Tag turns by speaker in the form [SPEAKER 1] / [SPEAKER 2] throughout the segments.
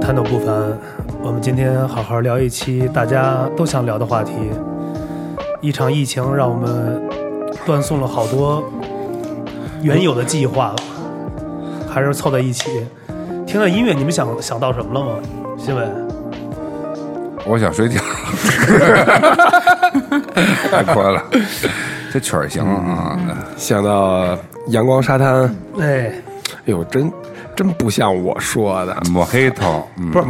[SPEAKER 1] 谈吐不凡，我们今天好好聊一期大家都想聊的话题。一场疫情让我们断送了好多原有的计划，还是凑在一起。听着音乐，你们想想到什么了吗？新伟，
[SPEAKER 2] 我想睡觉， 太宽了，这曲儿行啊，
[SPEAKER 3] 想到阳光沙滩，
[SPEAKER 1] 哎，
[SPEAKER 3] 哎呦，真真不像我说的，
[SPEAKER 2] 抹黑头，嗯
[SPEAKER 3] 不是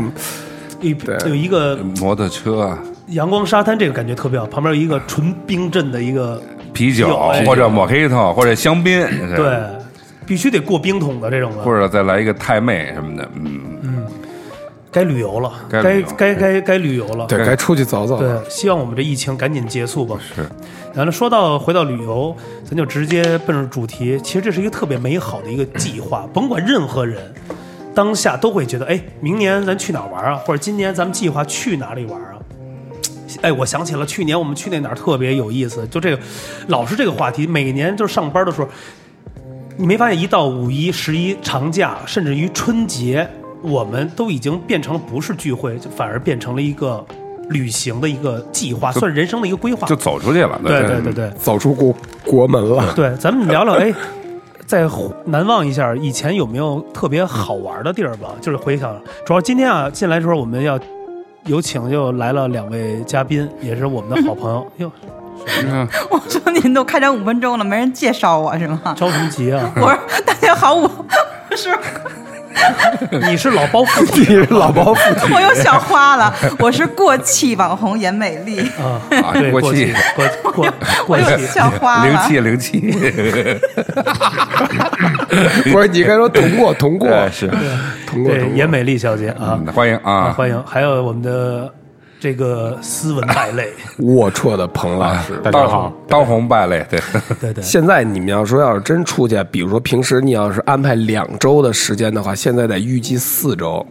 [SPEAKER 1] 一有一个
[SPEAKER 2] 摩托车、
[SPEAKER 1] 阳光沙滩，这个感觉特别好。旁边有一个纯冰镇的一个，
[SPEAKER 2] 啤酒
[SPEAKER 1] 有哎
[SPEAKER 2] 或者抹黑头或者香槟，这
[SPEAKER 1] 对，，必须得过冰桶的这种啊的。
[SPEAKER 2] 或者再来一个太妹什么的，嗯，
[SPEAKER 1] 该旅游了，
[SPEAKER 2] 该
[SPEAKER 1] 该
[SPEAKER 2] 旅游
[SPEAKER 1] 该该该旅游了。
[SPEAKER 3] 对，该出去走走。
[SPEAKER 1] 对，希望我们这疫情赶紧结束吧。是。然后说到回到旅游，咱就直接奔着主题。其实这是一个特别美好的一个计划，甭管任何人，当下都会觉得，哎，明年咱去哪儿玩啊？或者今年咱们计划去哪里玩啊？哎，我想起了去年我们去那哪儿特别有意思，就这个，老是这个话题，每年就是上班的时候，你没发现一到五一、十一长假，甚至于春节，我们都已经变成了不是聚会，就反而变成了一个旅行的一个计划，算人生的一个规划。
[SPEAKER 2] 就走出去了，
[SPEAKER 1] 对对对对
[SPEAKER 3] 走出国国门了，
[SPEAKER 1] 对，咱们聊聊哎。再难忘一下以前有没有特别好玩的地儿吧？就是回想，主要今天啊进来的时候我们要有请又来了两位嘉宾，也是我们的好朋友。哟，
[SPEAKER 2] 嗯
[SPEAKER 4] 我说您都开展五分钟了，没人介绍我是吗？
[SPEAKER 1] 着什么急 啊？
[SPEAKER 4] 我说大家好，我是
[SPEAKER 1] 你是老包袱
[SPEAKER 3] 你是老包袱，
[SPEAKER 4] 我又想花了，我是过气网红严美丽，
[SPEAKER 1] 啊？
[SPEAKER 2] 啊
[SPEAKER 1] 对，
[SPEAKER 2] 过
[SPEAKER 1] 过
[SPEAKER 2] 气
[SPEAKER 1] 气，过过
[SPEAKER 4] 我
[SPEAKER 1] 过
[SPEAKER 4] 又
[SPEAKER 1] 气。
[SPEAKER 4] 想花
[SPEAKER 2] 灵
[SPEAKER 4] 了。
[SPEAKER 2] 气灵气，
[SPEAKER 3] 不是你该说通过通过
[SPEAKER 2] 对是，
[SPEAKER 3] 通过
[SPEAKER 1] 对，
[SPEAKER 3] 通
[SPEAKER 1] 严
[SPEAKER 3] 过，
[SPEAKER 1] 美丽小姐啊，
[SPEAKER 2] 嗯欢迎啊，
[SPEAKER 1] 欢迎，还有我们的这个斯文败类，
[SPEAKER 3] 龌龊的彭老师。
[SPEAKER 5] 大家
[SPEAKER 2] 当
[SPEAKER 5] 好，
[SPEAKER 2] 当红败类，对，
[SPEAKER 1] 对对，
[SPEAKER 3] 现在你们要说要是真出去，比如说平时你要是安排两周的时间的话，现在得预计四周，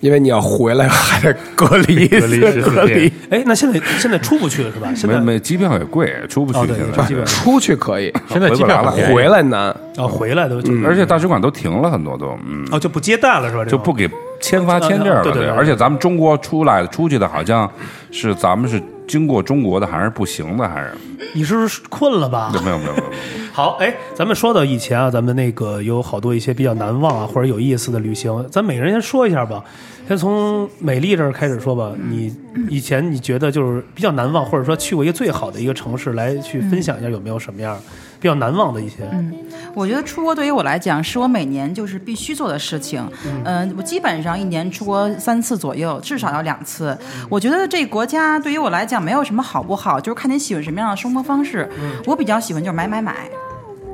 [SPEAKER 3] 因为你要回来还得隔离
[SPEAKER 2] 隔离十四
[SPEAKER 3] 隔离
[SPEAKER 2] 天。
[SPEAKER 1] 哎，那现在现在出不去了是吧？现
[SPEAKER 2] 没
[SPEAKER 1] 在
[SPEAKER 2] 没机票也贵，出不
[SPEAKER 1] 哦
[SPEAKER 2] 去
[SPEAKER 1] 对
[SPEAKER 2] 现
[SPEAKER 1] 这基
[SPEAKER 2] 在
[SPEAKER 1] 本，
[SPEAKER 3] 出去可以，
[SPEAKER 5] 现在机票不便宜
[SPEAKER 3] 回来难。
[SPEAKER 1] 啊回来都就
[SPEAKER 2] 而且大使馆都停了很多都，嗯。
[SPEAKER 1] 哦就不接待了是吧？这
[SPEAKER 2] 就
[SPEAKER 1] 种
[SPEAKER 2] 不给签发签证
[SPEAKER 1] 啊
[SPEAKER 2] 了。
[SPEAKER 1] 对对对
[SPEAKER 2] 而且咱们中国出来出去的，好像是咱们是经过中国的，还是不行的，还是
[SPEAKER 1] 你是不是困了吧？
[SPEAKER 2] 没有没有没 有。没有
[SPEAKER 1] 好，哎，咱们说到以前啊，咱们那个有好多一些比较难忘啊或者有意思的旅行，咱每人先说一下吧。先从美丽这儿开始说吧。
[SPEAKER 4] 嗯
[SPEAKER 1] 你以前你觉得就是比较难忘，或者说去过一个最好的一个城市，来去分享一下有没有什么样比较难忘的一些？
[SPEAKER 4] 嗯我觉得出国对于我来讲是我每年就是必须做的事情。嗯、我基本上一年出国三次左右，至少要两次。我觉得这国家对于我来讲没有什么好不好，就是看你喜欢什么样的生活方式。我比较喜欢就是买买买。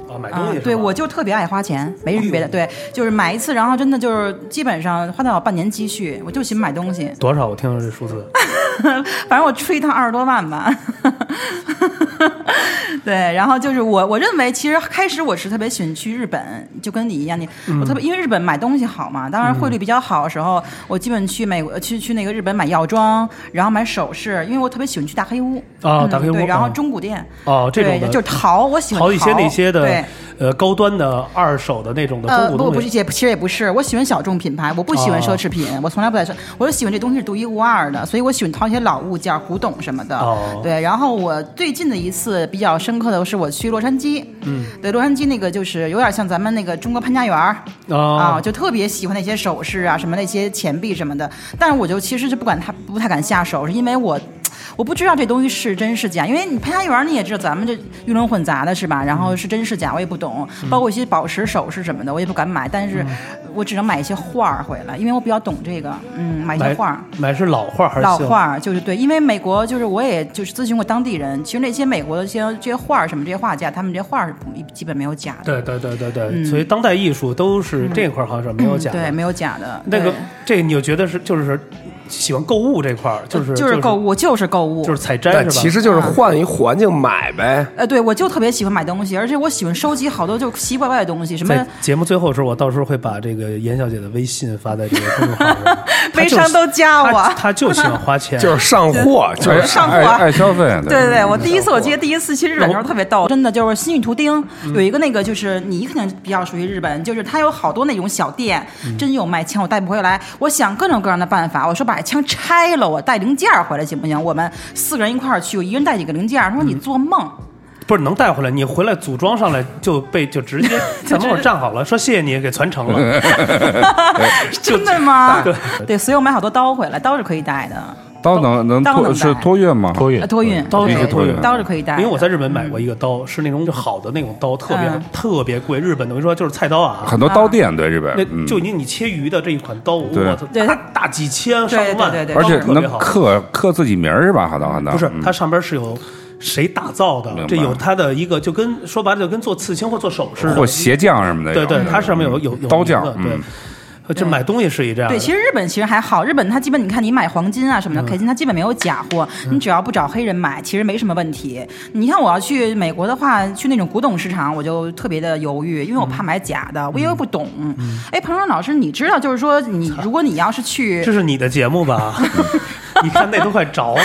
[SPEAKER 1] 啊，买东
[SPEAKER 4] 啊
[SPEAKER 1] 西是吧、，哎
[SPEAKER 4] 对我就特别爱花钱，没别的，对，就是买一次，然后真的就是基本上花到半年积蓄，我就喜欢买东西，
[SPEAKER 1] 多少？我听到这数字，
[SPEAKER 4] 反正我出一趟二十多万吧。 对，然后就是我，我认为其实开始我是特别喜欢去日本，就跟你一样，你
[SPEAKER 1] 嗯
[SPEAKER 4] 我特别因为日本买东西好嘛，当然汇率比较好的时候，我基本去美国去去那个日本买药妆，然后买首饰，因为我特别喜欢去大黑屋
[SPEAKER 1] 哦
[SPEAKER 4] 嗯
[SPEAKER 1] 大黑屋
[SPEAKER 4] 对，然后
[SPEAKER 1] 嗯
[SPEAKER 4] 中古店
[SPEAKER 1] 哦这种
[SPEAKER 4] 对
[SPEAKER 1] 的
[SPEAKER 4] 就是淘，我喜欢
[SPEAKER 1] 淘一些那些的
[SPEAKER 4] 对
[SPEAKER 1] 呃高端的二手的那种的
[SPEAKER 4] 呃，
[SPEAKER 1] 中古
[SPEAKER 4] 不，
[SPEAKER 1] 东
[SPEAKER 4] 不是，
[SPEAKER 1] 西。
[SPEAKER 4] 也不其实也不是，我喜欢小众品牌，我不喜欢
[SPEAKER 1] 哦
[SPEAKER 4] 奢侈品，我从来不爱奢，我就喜欢这东西是独一无二的，所以我喜欢淘一些老物件、古董什么的。
[SPEAKER 1] 哦
[SPEAKER 4] 对，然后我最近的一次比较深刻的是我去洛杉矶，嗯，对，洛杉矶那个就是有点像咱们那个中国潘家园儿啊，
[SPEAKER 1] 啊，
[SPEAKER 4] 就特别喜欢那些首饰啊，什么那些钱币什么的，但是我就其实是不敢太不太敢下手，是因为我。我不知道这东西是真是假，因为你潘家园你也知道，咱们这鱼龙混杂的是吧？然
[SPEAKER 1] 嗯
[SPEAKER 4] 后是真是假我也不懂，包括一些宝石首饰什么的，我也不敢买，但
[SPEAKER 1] 嗯
[SPEAKER 4] 是我只能买一些画儿回来，因为我比较懂这个，嗯，买一些
[SPEAKER 1] 买
[SPEAKER 4] 画儿。
[SPEAKER 1] 买是老画还是
[SPEAKER 4] 老
[SPEAKER 1] 新
[SPEAKER 4] 画？儿就是对，因为美国就是我也就是咨询过当地人，其实那些美国的这些这些画儿什么这些画家，他们这些画儿是不基本没有假的，
[SPEAKER 1] 对对对对对，
[SPEAKER 4] 嗯
[SPEAKER 1] 所以当代艺术都是这块儿好像是没有假的。
[SPEAKER 4] 对，没有假的。
[SPEAKER 1] 那个
[SPEAKER 4] 对
[SPEAKER 1] 这你就觉得是就是喜欢购物这块儿，就是
[SPEAKER 4] 就是购，物，就是购物，
[SPEAKER 1] 就是采摘是
[SPEAKER 3] 但
[SPEAKER 1] 吧？
[SPEAKER 3] 其实就是换一环境买呗。
[SPEAKER 4] 呃，对，我就特别喜欢买东西，而且我喜欢收集好多就奇奇怪怪的东西，什么
[SPEAKER 1] 在节目最后的时候，我到时候会把这个严小姐的微信发在这个公众号 上。她
[SPEAKER 4] 微
[SPEAKER 1] 就
[SPEAKER 4] 商都加我
[SPEAKER 1] 她她就喜 欢 花钱，
[SPEAKER 3] 就是上货，就
[SPEAKER 2] 爱
[SPEAKER 3] 是
[SPEAKER 4] 上货啊
[SPEAKER 2] 爱爱消费，啊
[SPEAKER 4] 对对
[SPEAKER 1] 嗯
[SPEAKER 4] 对，我第一次我记得第一次去日本的时候特别逗，真的就是新宇图钉
[SPEAKER 1] 嗯
[SPEAKER 4] 有一个那个就是你可能比较属于日本，就是它有好多那种小店，
[SPEAKER 1] 嗯
[SPEAKER 4] 真有卖枪，我带不回来，我想各种各样的办法，我说把枪拆了，我带零件回来行不行？我们四个人一块儿去，我一人带几个零件，他说
[SPEAKER 1] 嗯
[SPEAKER 4] 你 做梦，
[SPEAKER 1] 不是能带回来？你回来组装上来就被就 直接在门口站好了，说谢谢你给传承
[SPEAKER 3] 嗯
[SPEAKER 1] 了。
[SPEAKER 4] 真 的吗？对，所以我买好多刀回来，刀是可以带的，
[SPEAKER 2] 刀能能
[SPEAKER 4] 刀能
[SPEAKER 2] 托
[SPEAKER 4] 带
[SPEAKER 2] 是托运吗？
[SPEAKER 5] 托运
[SPEAKER 4] 呃，托运，
[SPEAKER 1] 刀
[SPEAKER 4] 对
[SPEAKER 1] 是嗯托运
[SPEAKER 4] 刀是可以带
[SPEAKER 1] 因
[SPEAKER 4] 的，
[SPEAKER 1] 为我在日本买过一个刀，是那种就好的那种刀，特别
[SPEAKER 4] 嗯
[SPEAKER 1] 特别贵。日本等于说就是菜刀 啊，
[SPEAKER 2] 嗯很多刀店对日本
[SPEAKER 1] 那，
[SPEAKER 2] 嗯
[SPEAKER 1] 就你你切鱼的这一款刀，
[SPEAKER 2] 对
[SPEAKER 1] 我操，
[SPEAKER 4] 对
[SPEAKER 1] 大大几千上万，
[SPEAKER 4] 对对对对
[SPEAKER 2] 而且
[SPEAKER 1] 刀特别
[SPEAKER 2] 能
[SPEAKER 1] 好。
[SPEAKER 2] 刻刻自己名儿是吧？好像好像
[SPEAKER 1] 不是，
[SPEAKER 2] 嗯
[SPEAKER 1] 它上边是有谁打造的
[SPEAKER 2] 明，白
[SPEAKER 1] 这有它的一个，就跟说白了就跟做刺青或做首饰的
[SPEAKER 2] 或鞋匠什么的
[SPEAKER 1] 对
[SPEAKER 2] 有，
[SPEAKER 1] 对，它上面有有有
[SPEAKER 2] 嗯刀匠
[SPEAKER 1] 名字
[SPEAKER 2] 嗯
[SPEAKER 1] 对，就买东西是一这样的。
[SPEAKER 4] 对，其实日本其实还好，日本它基本你看你买黄金啊什
[SPEAKER 1] 嗯
[SPEAKER 4] 么的，开金它基本没有假货，你只要不找黑人买，其实没什么问题。你看我要去美国的话，去那种古董市场，我就特别的犹豫，
[SPEAKER 1] 嗯
[SPEAKER 4] 因为我怕买假的，我因为不懂。哎，彭程老师，你知道就是说你如果你要是去
[SPEAKER 1] 这。是你的节目吧？
[SPEAKER 2] 嗯
[SPEAKER 1] 你看那都快着了，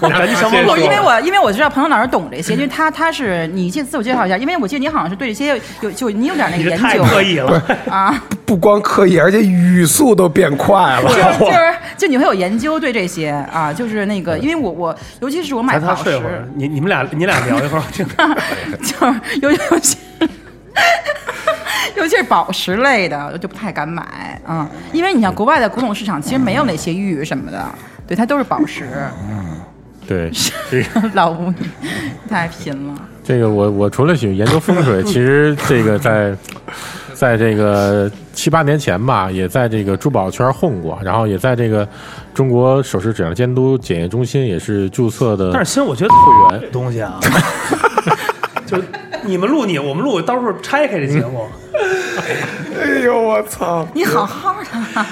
[SPEAKER 1] 我赶紧想 往
[SPEAKER 4] 不，
[SPEAKER 1] 里
[SPEAKER 4] 因为我因为我知道彭程老师懂这些，因为他他是你先自我介绍一下，因为我记得你好像是对这些有就你有点那
[SPEAKER 1] 你
[SPEAKER 4] 个
[SPEAKER 1] 这
[SPEAKER 4] 研
[SPEAKER 1] 太
[SPEAKER 4] 究
[SPEAKER 1] 刻意了，
[SPEAKER 4] 啊，
[SPEAKER 3] 不光刻意，而且语速都变快
[SPEAKER 4] 就
[SPEAKER 3] 了。
[SPEAKER 4] 是就是就你会有研究对这些啊，就是那个，因为我我尤其是我买
[SPEAKER 1] 才他
[SPEAKER 4] 宝
[SPEAKER 1] 睡
[SPEAKER 4] 石
[SPEAKER 1] 会，儿，你你们俩你俩聊一会儿，我 听
[SPEAKER 4] 就是尤尤其。 尤其是宝石类的，我就不太敢买，嗯，因为你像国外的古董市场，其实没有那些玉什么的，对，它都是宝石。
[SPEAKER 5] 对，这个
[SPEAKER 4] 老吴，你太贫了，
[SPEAKER 5] 这个我我除了喜欢研究风水，其实这个在在这个七八年前吧，也在这个珠宝圈混过，然后也在这个中国首饰质量监督检验中心也是注册
[SPEAKER 3] 嗯
[SPEAKER 5] 的。
[SPEAKER 1] 但是其实我觉得
[SPEAKER 5] 会员
[SPEAKER 1] 这东西 啊，就是你们录你，我们录，到时候拆开这节目。
[SPEAKER 3] 哎呦，我操！
[SPEAKER 4] 你好好的，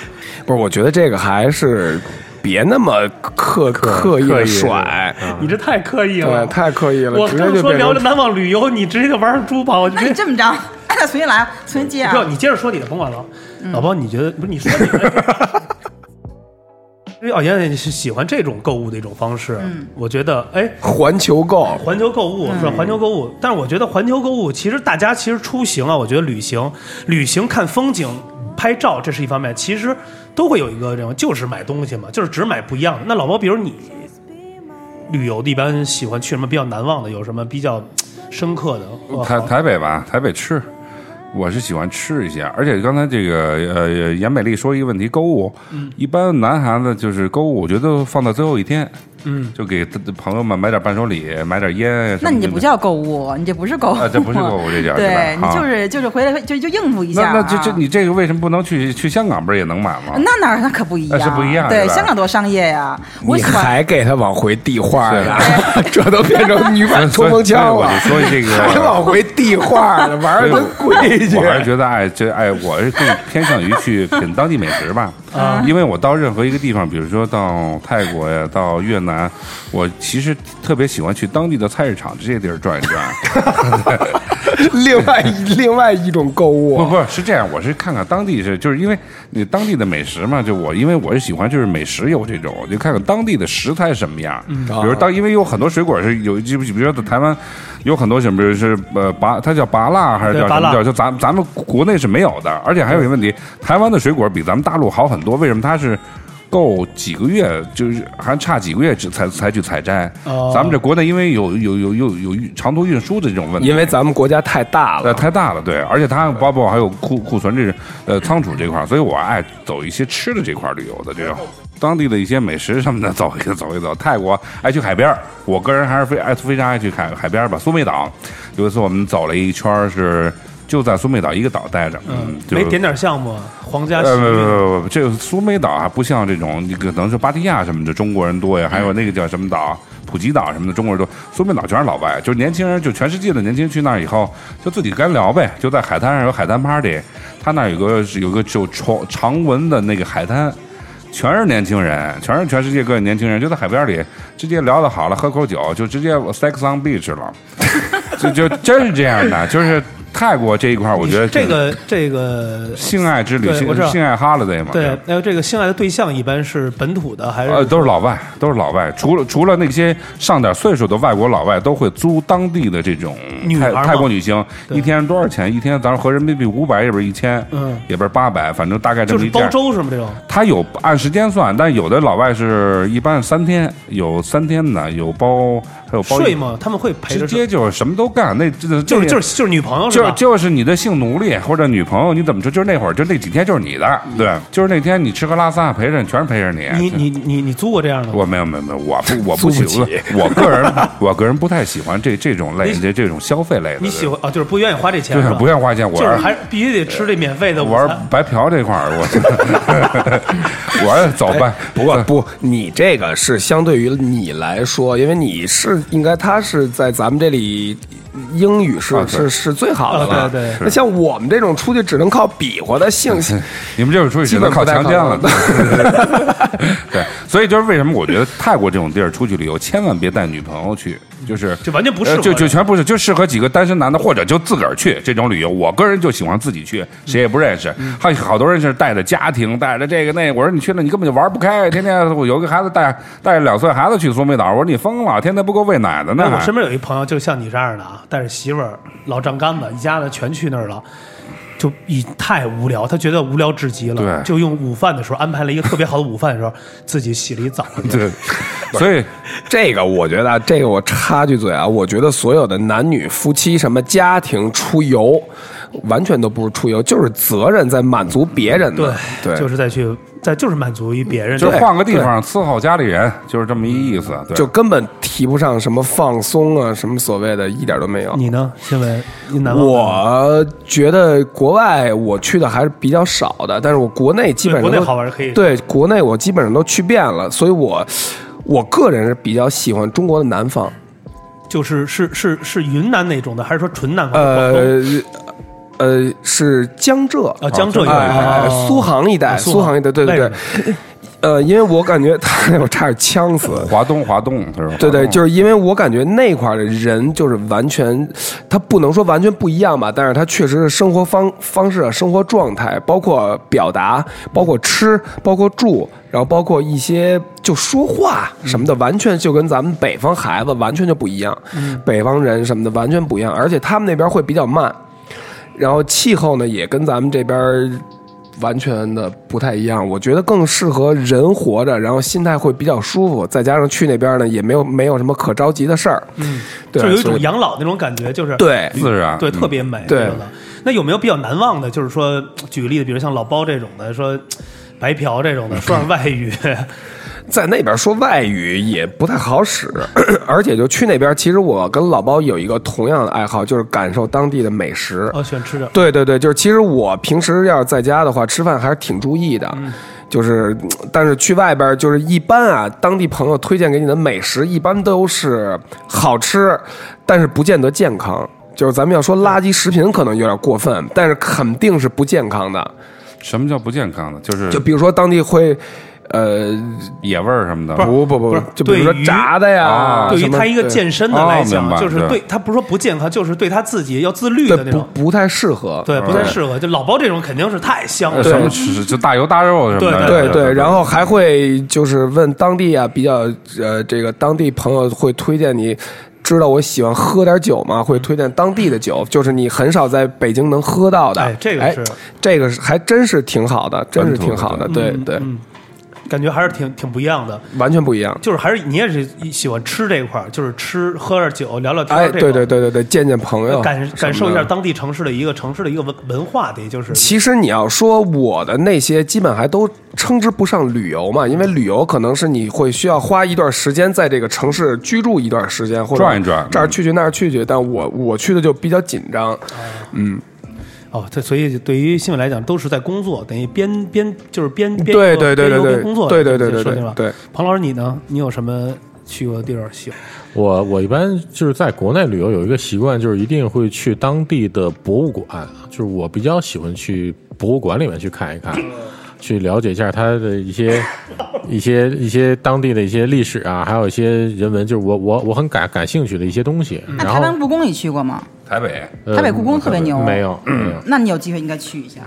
[SPEAKER 3] 不是，我觉得这个还是别那么刻刻意
[SPEAKER 5] 刻
[SPEAKER 3] 的
[SPEAKER 5] 意
[SPEAKER 3] 甩，
[SPEAKER 1] 你这太刻意了，
[SPEAKER 3] 嗯对，太刻意了，
[SPEAKER 1] 啊我
[SPEAKER 3] 直
[SPEAKER 1] 刚
[SPEAKER 3] 接就
[SPEAKER 1] 说
[SPEAKER 3] 变
[SPEAKER 1] 聊着
[SPEAKER 3] 成
[SPEAKER 1] 难忘旅游，你直接就玩上珠宝，我觉
[SPEAKER 4] 那
[SPEAKER 1] 得
[SPEAKER 4] 你这么着，哎那重新来，重新接啊
[SPEAKER 1] 不，要你接着说你的，甭管了。老包，你觉得不是你 说你的？因为哦，妍妍是喜欢这种购物的一种方式。我觉得，哎，
[SPEAKER 3] 环球购。
[SPEAKER 1] 环球购物是吧？环球购物，但是我觉得环球购物其实大家其实出行啊，我觉得旅行、旅行看风景、拍照这是一方面，其实都会有一个这种，就是买东西嘛，就是只买不一样的。那老包，比如你旅游的一般喜欢去什么比较难忘的，有什么比较深刻的？或
[SPEAKER 2] 台
[SPEAKER 1] 哦好
[SPEAKER 2] 台北吧，台北吃，我是喜欢吃一些。而且刚才这个呃，严美丽说一个问题，购物，一般男孩子就是购物，我觉得放到最后一天，嗯，就给朋友们买点伴手礼，买点烟。
[SPEAKER 4] 那你这不。叫购物，你这不是购物，
[SPEAKER 2] 啊，这不是购物这点儿是吧
[SPEAKER 4] 对你
[SPEAKER 2] 啊
[SPEAKER 4] 就是就是回来就就应付一下
[SPEAKER 2] 那
[SPEAKER 4] 啊，
[SPEAKER 2] 那这这你这个为什么不能去去香港？不是也能买吗？
[SPEAKER 4] 哦那哪儿那可不一样，
[SPEAKER 2] 啊那是不一样
[SPEAKER 4] 对，
[SPEAKER 2] 是吧
[SPEAKER 4] 香港多商业呀，我
[SPEAKER 3] 你
[SPEAKER 4] 喜欢。
[SPEAKER 3] 还给他往回递话呢
[SPEAKER 4] 是，
[SPEAKER 3] 这都变成女版冲锋枪
[SPEAKER 2] 所以
[SPEAKER 3] 了
[SPEAKER 2] 我。就说这
[SPEAKER 3] 还
[SPEAKER 2] 个，
[SPEAKER 3] 往回递话呢，玩的规矩
[SPEAKER 2] 我。还是觉得爱这爱，我是更偏向于去品当地美食吧。因为我到任何一个地方，比如说到泰国呀，到越南，我其实特别喜欢去当地的菜市场这些地儿转一转。
[SPEAKER 3] 另外另外一种购
[SPEAKER 2] 不
[SPEAKER 3] 物，
[SPEAKER 2] 不是这样，我是看看当地是，就是因为你当地的美食嘛，就我因为我是喜欢就是美食有这种，我就看看当地的食材什么样。嗯，
[SPEAKER 1] 啊
[SPEAKER 2] 比如当因为有很多水果是有，就比如说在台湾有很多什么，比如是呃拔，它叫拔辣还是
[SPEAKER 1] 对
[SPEAKER 2] 叫什
[SPEAKER 1] 拔
[SPEAKER 2] 么
[SPEAKER 1] 辣
[SPEAKER 2] 叫？就咱咱们国内是没有的，而且还有一个问题，台湾的水果比咱们大陆好很多，为什么它是？够几个月，就是还差几个月只才才去采摘。
[SPEAKER 1] 哦
[SPEAKER 2] 咱们这国内因为有有有有有运长途运输的这种问题，
[SPEAKER 3] 因为咱们国家太大
[SPEAKER 2] 呃，
[SPEAKER 3] 了，
[SPEAKER 2] 太大了，对，而且它包括还有库库存这呃仓储这块儿，所以我爱走一些吃的这块儿旅游的这种当地的一些美食什么的走一个走一走。泰国爱去海边儿，我个人还是非爱非常爱去海海边儿吧。苏梅岛有一次我们走了一圈儿是就在苏梅岛一个岛待着，嗯，就是
[SPEAKER 1] 没点点项目，皇家喜
[SPEAKER 2] 呃，不
[SPEAKER 1] 运
[SPEAKER 2] 不不不，这个苏梅岛还啊不像这种，你可能是芭提雅什么的中国人多呀，还
[SPEAKER 1] 嗯
[SPEAKER 2] 有那个叫什么岛，啊普吉岛什么的中国人多。苏梅岛全是老外，就是年轻人，就全世界的年轻人去那儿以后，就自己干聊呗，就在海滩上有海滩 party，他那儿有个有个就长长文的那个海滩。全是年轻人，全是全世界各地年轻人，就在海边里直接聊得好了，喝口酒就直接 sex on beach 了， 就就真是这样的，就是泰国这一块，我觉得
[SPEAKER 1] 这个这个
[SPEAKER 2] 性爱之旅，
[SPEAKER 1] 对我知道
[SPEAKER 2] 性性爱 holiday 嘛，
[SPEAKER 1] 对，还有这个性爱的对象一般是本土的还是？
[SPEAKER 2] 呃，都是老外，都是老外。除了除了那些上点岁数的外国老外，都会租当地的这种
[SPEAKER 1] 女孩
[SPEAKER 2] 泰
[SPEAKER 1] 嘛
[SPEAKER 2] 泰国女星，
[SPEAKER 1] 对
[SPEAKER 2] 一天多少钱？一天咱合人民币五百，也不是一千，
[SPEAKER 1] 嗯
[SPEAKER 2] 也不是八百，反正大概这
[SPEAKER 1] 就
[SPEAKER 2] 么
[SPEAKER 1] 是
[SPEAKER 2] 一价
[SPEAKER 1] 包。周是吗？这种
[SPEAKER 2] 他有按时间算，但有的老外是一般三天，有三天的，有包，还有包
[SPEAKER 1] 睡吗？他们会陪
[SPEAKER 2] 直
[SPEAKER 1] 着
[SPEAKER 2] 接
[SPEAKER 1] 睡，
[SPEAKER 2] 就是什么都干，那真的
[SPEAKER 1] 就是
[SPEAKER 2] 那
[SPEAKER 1] 就是就是女朋友是
[SPEAKER 2] 就
[SPEAKER 1] 吧？
[SPEAKER 2] 是就是你的性奴隶或者女朋友，你怎么说？就是那会儿，就那几天就是你的，对，就是那天你吃喝拉撒陪着，全是陪着
[SPEAKER 1] 嗯你你你你租过这样的吗？
[SPEAKER 2] 我没有没有没有，我不我不
[SPEAKER 3] 租
[SPEAKER 2] 喜
[SPEAKER 3] 不起
[SPEAKER 2] 我我个人 我个人不太喜欢这这种类这这种消费类的。
[SPEAKER 1] 你喜欢啊？就是不愿意花这钱，
[SPEAKER 2] 就是
[SPEAKER 1] 吧
[SPEAKER 2] 不愿意花钱，我
[SPEAKER 1] 就是还是必须得吃这免费的午
[SPEAKER 2] 玩
[SPEAKER 1] 餐。
[SPEAKER 2] 白嫖这块儿， 我我是走吧。
[SPEAKER 3] 不过不，你这个是相对于你来说，因为你是应该他是在咱们这里英语是、
[SPEAKER 2] 啊对
[SPEAKER 3] 是是最好的了。
[SPEAKER 1] 啊对对
[SPEAKER 3] 那像我们这种出去只能靠比划的性，
[SPEAKER 2] 你们这种出去只能靠强奸了
[SPEAKER 3] 基本。
[SPEAKER 2] 对，所以就是为什么我觉得泰国这种地儿出去旅游，千万别带女朋友去，就是
[SPEAKER 1] 就完全不适
[SPEAKER 2] 呃
[SPEAKER 1] 合
[SPEAKER 2] 就就
[SPEAKER 1] 人
[SPEAKER 2] 全不是，就适合几个单身男的，或者就自个儿去这种旅游。我个人就喜欢自己
[SPEAKER 3] 嗯
[SPEAKER 2] 去，谁也不认识。还有好多人是带着家庭，带着这个那个。我说你去了，你根本就玩不开，天天我有一个孩子带带着两岁孩子去苏梅岛，我说你疯了，天天不够喂奶的呢。
[SPEAKER 1] 那我 身边有一朋友，就像你这样的啊，带着媳妇儿、老丈杆子，一家子全去那儿了，就已太无聊，他觉得无聊至极了，
[SPEAKER 2] 对
[SPEAKER 1] 就用午饭的时候安排了一个特别好的午饭的时候，自己洗了一澡。
[SPEAKER 2] 对，所以
[SPEAKER 3] 这个我觉得啊，这个我插句嘴啊，我觉得所有的男女夫妻什么家庭出游，完全都不是出游，就是责任在满足别人的。对，
[SPEAKER 1] 就是再去再就是满足于别人
[SPEAKER 2] 就
[SPEAKER 1] 的，
[SPEAKER 2] 是换个地方伺候家里人，就是这么一意思。对，
[SPEAKER 3] 就根本提不上什么放松啊，什么所谓的，一点都没有。
[SPEAKER 1] 你呢，新闻？你难忘吗
[SPEAKER 3] 我觉得国外我去的还是比较少的，但是我国内基本
[SPEAKER 1] 对国
[SPEAKER 3] 上
[SPEAKER 1] 内
[SPEAKER 3] 都
[SPEAKER 1] 好玩可以
[SPEAKER 3] 对国内我基本上都去遍了，所以我我个人是比较喜欢中国的南方，
[SPEAKER 1] 就是是是是云南那种的，还是说纯南方？广东
[SPEAKER 3] 呃呃是江浙
[SPEAKER 1] 啊，江浙一
[SPEAKER 3] 哎
[SPEAKER 1] 带
[SPEAKER 3] 哎哎
[SPEAKER 1] 哦
[SPEAKER 3] 苏杭一带，
[SPEAKER 1] 苏
[SPEAKER 3] 苏
[SPEAKER 1] 杭
[SPEAKER 3] 杭一带，对对
[SPEAKER 1] 为
[SPEAKER 3] 对，呃，因为我感觉他我差点呛死，
[SPEAKER 2] 华东，华东，他说。
[SPEAKER 3] 对对，就是是因为我感觉那块儿的人就是完全，他不能说完全不一样吧，但是他确实是生活方方式啊、生活状态，包括表达，包括吃，包括住，然后包括一些就说话什么的，完全就跟咱们北方孩子完全就不一样，北方人什么的完全不一样，而且他们那边会比较慢，然后气候呢也跟咱们这边儿完全的不太一样。我觉得更适合人活着，然后心态会比较舒服，再加上去那边呢也没有没有什么可着急的事儿，嗯，对，
[SPEAKER 1] 就有一
[SPEAKER 3] 所
[SPEAKER 1] 种
[SPEAKER 3] 以
[SPEAKER 1] 养老那种感觉，就是
[SPEAKER 3] 对
[SPEAKER 2] 自然，
[SPEAKER 1] 对，特别美。我
[SPEAKER 3] 对
[SPEAKER 1] 觉得那有没有比较难忘的？就是说，举个例子，比如像老包这种的，说白嫖这种的，说上外 语，
[SPEAKER 3] 在那边说外语也不太好使， 而且就去那边，其实我跟老包有一个同样的爱好，就是感受当地的美食。
[SPEAKER 1] 哦，喜欢吃的。
[SPEAKER 3] 对对对，就是其实我平时要是在家的话，吃饭还是挺注意的。就是，嗯但是去外边儿就是一般啊，当地朋友推荐给你的美食一般都是好吃，但是不见得健康。就是咱们要说垃圾食品可能有点过分，但是肯定是不健康的。
[SPEAKER 2] 什么叫不健康的？就是
[SPEAKER 3] 就比如说当地会，呃，
[SPEAKER 2] 野味儿什么的。
[SPEAKER 3] 不不不
[SPEAKER 1] 不是
[SPEAKER 3] 就比如说
[SPEAKER 1] 对于啊
[SPEAKER 3] 炸的呀，
[SPEAKER 1] 对于
[SPEAKER 3] 啊什么
[SPEAKER 1] 他一个健身的
[SPEAKER 2] 哦
[SPEAKER 1] 来
[SPEAKER 2] 明
[SPEAKER 1] 讲，
[SPEAKER 2] 白
[SPEAKER 1] 就是
[SPEAKER 2] 对
[SPEAKER 1] 对他不是说不健康，就是对他自己要自律
[SPEAKER 3] 对
[SPEAKER 1] 的那
[SPEAKER 3] 不
[SPEAKER 1] 种，
[SPEAKER 3] 不太适合。嗯
[SPEAKER 1] 对，不太
[SPEAKER 2] 对
[SPEAKER 1] 适合。就老包这种肯定是太香
[SPEAKER 2] 呃
[SPEAKER 1] 了，
[SPEAKER 2] 什么吃就大油大肉什么
[SPEAKER 1] 哎
[SPEAKER 2] 的，
[SPEAKER 3] 对对，然后还会就是问当地啊，比较呃，这个当地朋友会推荐你，知道我喜欢喝点酒
[SPEAKER 1] 嗯
[SPEAKER 3] 吗？会推荐当地的酒，就是你很少在北京能喝到的。
[SPEAKER 1] 哎这个是嗯
[SPEAKER 3] 这个是还真是挺好的，真是挺好的，对对，
[SPEAKER 1] 感觉还是挺挺不一样的。
[SPEAKER 3] 完全不一样。
[SPEAKER 1] 就是还是你也是喜欢吃这一块儿，就是吃喝点酒聊聊天儿
[SPEAKER 3] 哎，
[SPEAKER 1] 这
[SPEAKER 3] 对
[SPEAKER 1] 种
[SPEAKER 3] 对对对对，见见朋友，
[SPEAKER 1] 嗯呃感感受一
[SPEAKER 3] 什么
[SPEAKER 1] 下
[SPEAKER 3] 的。
[SPEAKER 1] 当地城市的一个城市的一个文文化的，就是
[SPEAKER 3] 其实你要说我的那些，基本还都称之不上旅游嘛，因为旅游可能是你会需要花一段时间在这个城市居住一段时间，或者
[SPEAKER 2] 转一转
[SPEAKER 3] 这儿去去那儿去去。但我我去的就比较紧张，
[SPEAKER 1] 哦，对，所以对于新闻来讲，都是在工作，等于边边就是边边
[SPEAKER 3] 对
[SPEAKER 1] 做
[SPEAKER 3] 对对
[SPEAKER 1] 边游
[SPEAKER 3] 对
[SPEAKER 1] 边工作，
[SPEAKER 3] 对对对对
[SPEAKER 1] 说定了。
[SPEAKER 3] 对对，
[SPEAKER 1] 庞老师你呢？你有什么去过的地儿喜欢？
[SPEAKER 5] 我我一般就是在国内旅游有一个习惯，就是一定会去当地的博物馆，就是我比较喜欢去博物馆里面去看一看。去了解一下它的一些一些一些当地的一些历史啊，还有一些人文，就是我我我很感感兴趣的一些东西。
[SPEAKER 4] 那
[SPEAKER 5] 然
[SPEAKER 4] 台
[SPEAKER 5] 后
[SPEAKER 4] 湾故宫你去过吗？
[SPEAKER 2] 台北
[SPEAKER 5] 呃
[SPEAKER 4] 台北故宫特别牛
[SPEAKER 5] 没有没有。
[SPEAKER 4] 那你有机会应该去一下。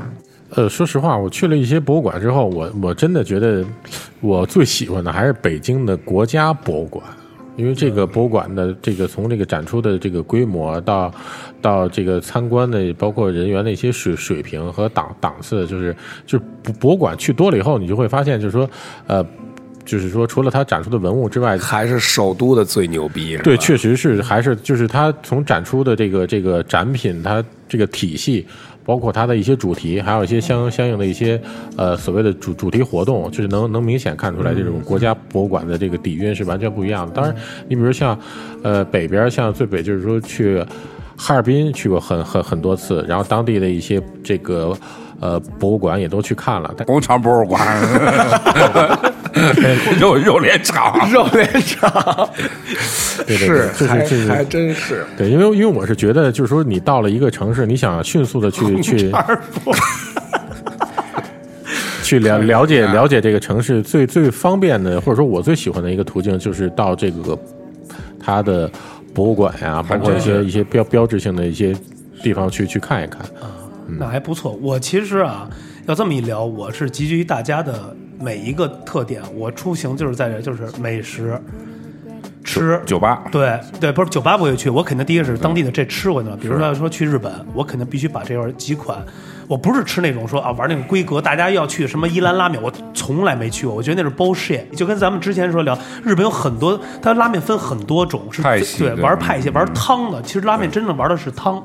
[SPEAKER 5] 呃，说实话，我去了一些博物馆之后，我我真的觉得我最喜欢的还是北京的国家博物馆，因为这个博物馆的这个从这个展出的这个规模到到这个参观的，包括人员的一些水水平和档档次，就是就是博博物馆去多了以后，你就会发现，就是说，呃，就是说除了它展出的文物之外，
[SPEAKER 3] 还是首都的最牛逼，是吧
[SPEAKER 5] 对，确实是，还是就是它从展出的这个这个展品，它这个体系，包括它的一些主题，还有一些相相应的一些呃所谓的主主题活动，就是能能明显看出来
[SPEAKER 3] 嗯
[SPEAKER 5] 这种国家博物馆的这个底蕴是完全不一样的。当然，你比如像呃北边儿像最北就是说去哈尔滨去过很很很多次，然后当地的一些这个呃博物馆也都去看了，但
[SPEAKER 2] 工厂博物馆，肉肉联厂，
[SPEAKER 3] 肉联厂
[SPEAKER 5] 对对
[SPEAKER 3] 是
[SPEAKER 5] 对，这
[SPEAKER 3] 还
[SPEAKER 5] 是这是
[SPEAKER 3] 还真是
[SPEAKER 5] 对，因为因为我是觉得，就是说你到了一个城市，你想迅速的去去 去了了解了解这个城市最最方便的，或者说我最喜欢的一个途径，就是到这个它的博物馆呀、包括一些一些标标志性的一些地方去去看一看。
[SPEAKER 3] 嗯
[SPEAKER 1] 那还不错。我其实啊，要这么一聊，我是集聚于大家的每一个特点。我出行就是在这，就是美食、吃。
[SPEAKER 2] 酒吧
[SPEAKER 1] 对对，不是酒吧不会去，我肯定第一个是当地的这吃我呢。比如说要说去日本，我肯定必须把这块几款。我不是吃那种说啊玩那种规格，大家要去什么伊兰拉面，我从来没去过，我觉得那是 bullshit。就跟咱们之前说聊，日本有很多，它拉面分很多种，是
[SPEAKER 2] 派系
[SPEAKER 1] 对
[SPEAKER 2] 对
[SPEAKER 1] 玩
[SPEAKER 2] 嗯
[SPEAKER 1] 派系玩汤的。其实拉面真正玩的是汤。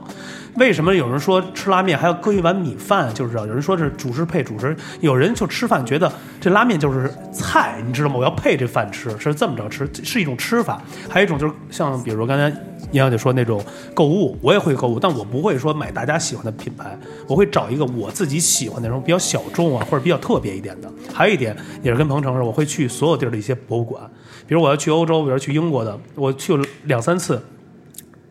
[SPEAKER 1] 为什么有人说吃拉面还要搁一碗米饭？就是有人说是主食配主食，有人就吃饭觉得这拉面就是菜，你知道吗？我要配这饭吃，是这么着吃，是一种吃法。还有一种就是像比如刚才杨小姐说那种购物，我也会购物，但我不会说买大家喜欢的品牌，我会找一个我自己喜欢的那种比较小众啊，或者比较特别一点的。还有一点也是跟彭程似的，我会去所有地儿的一些博物馆，比如我要去欧洲，比如去英国的，我去了两三次。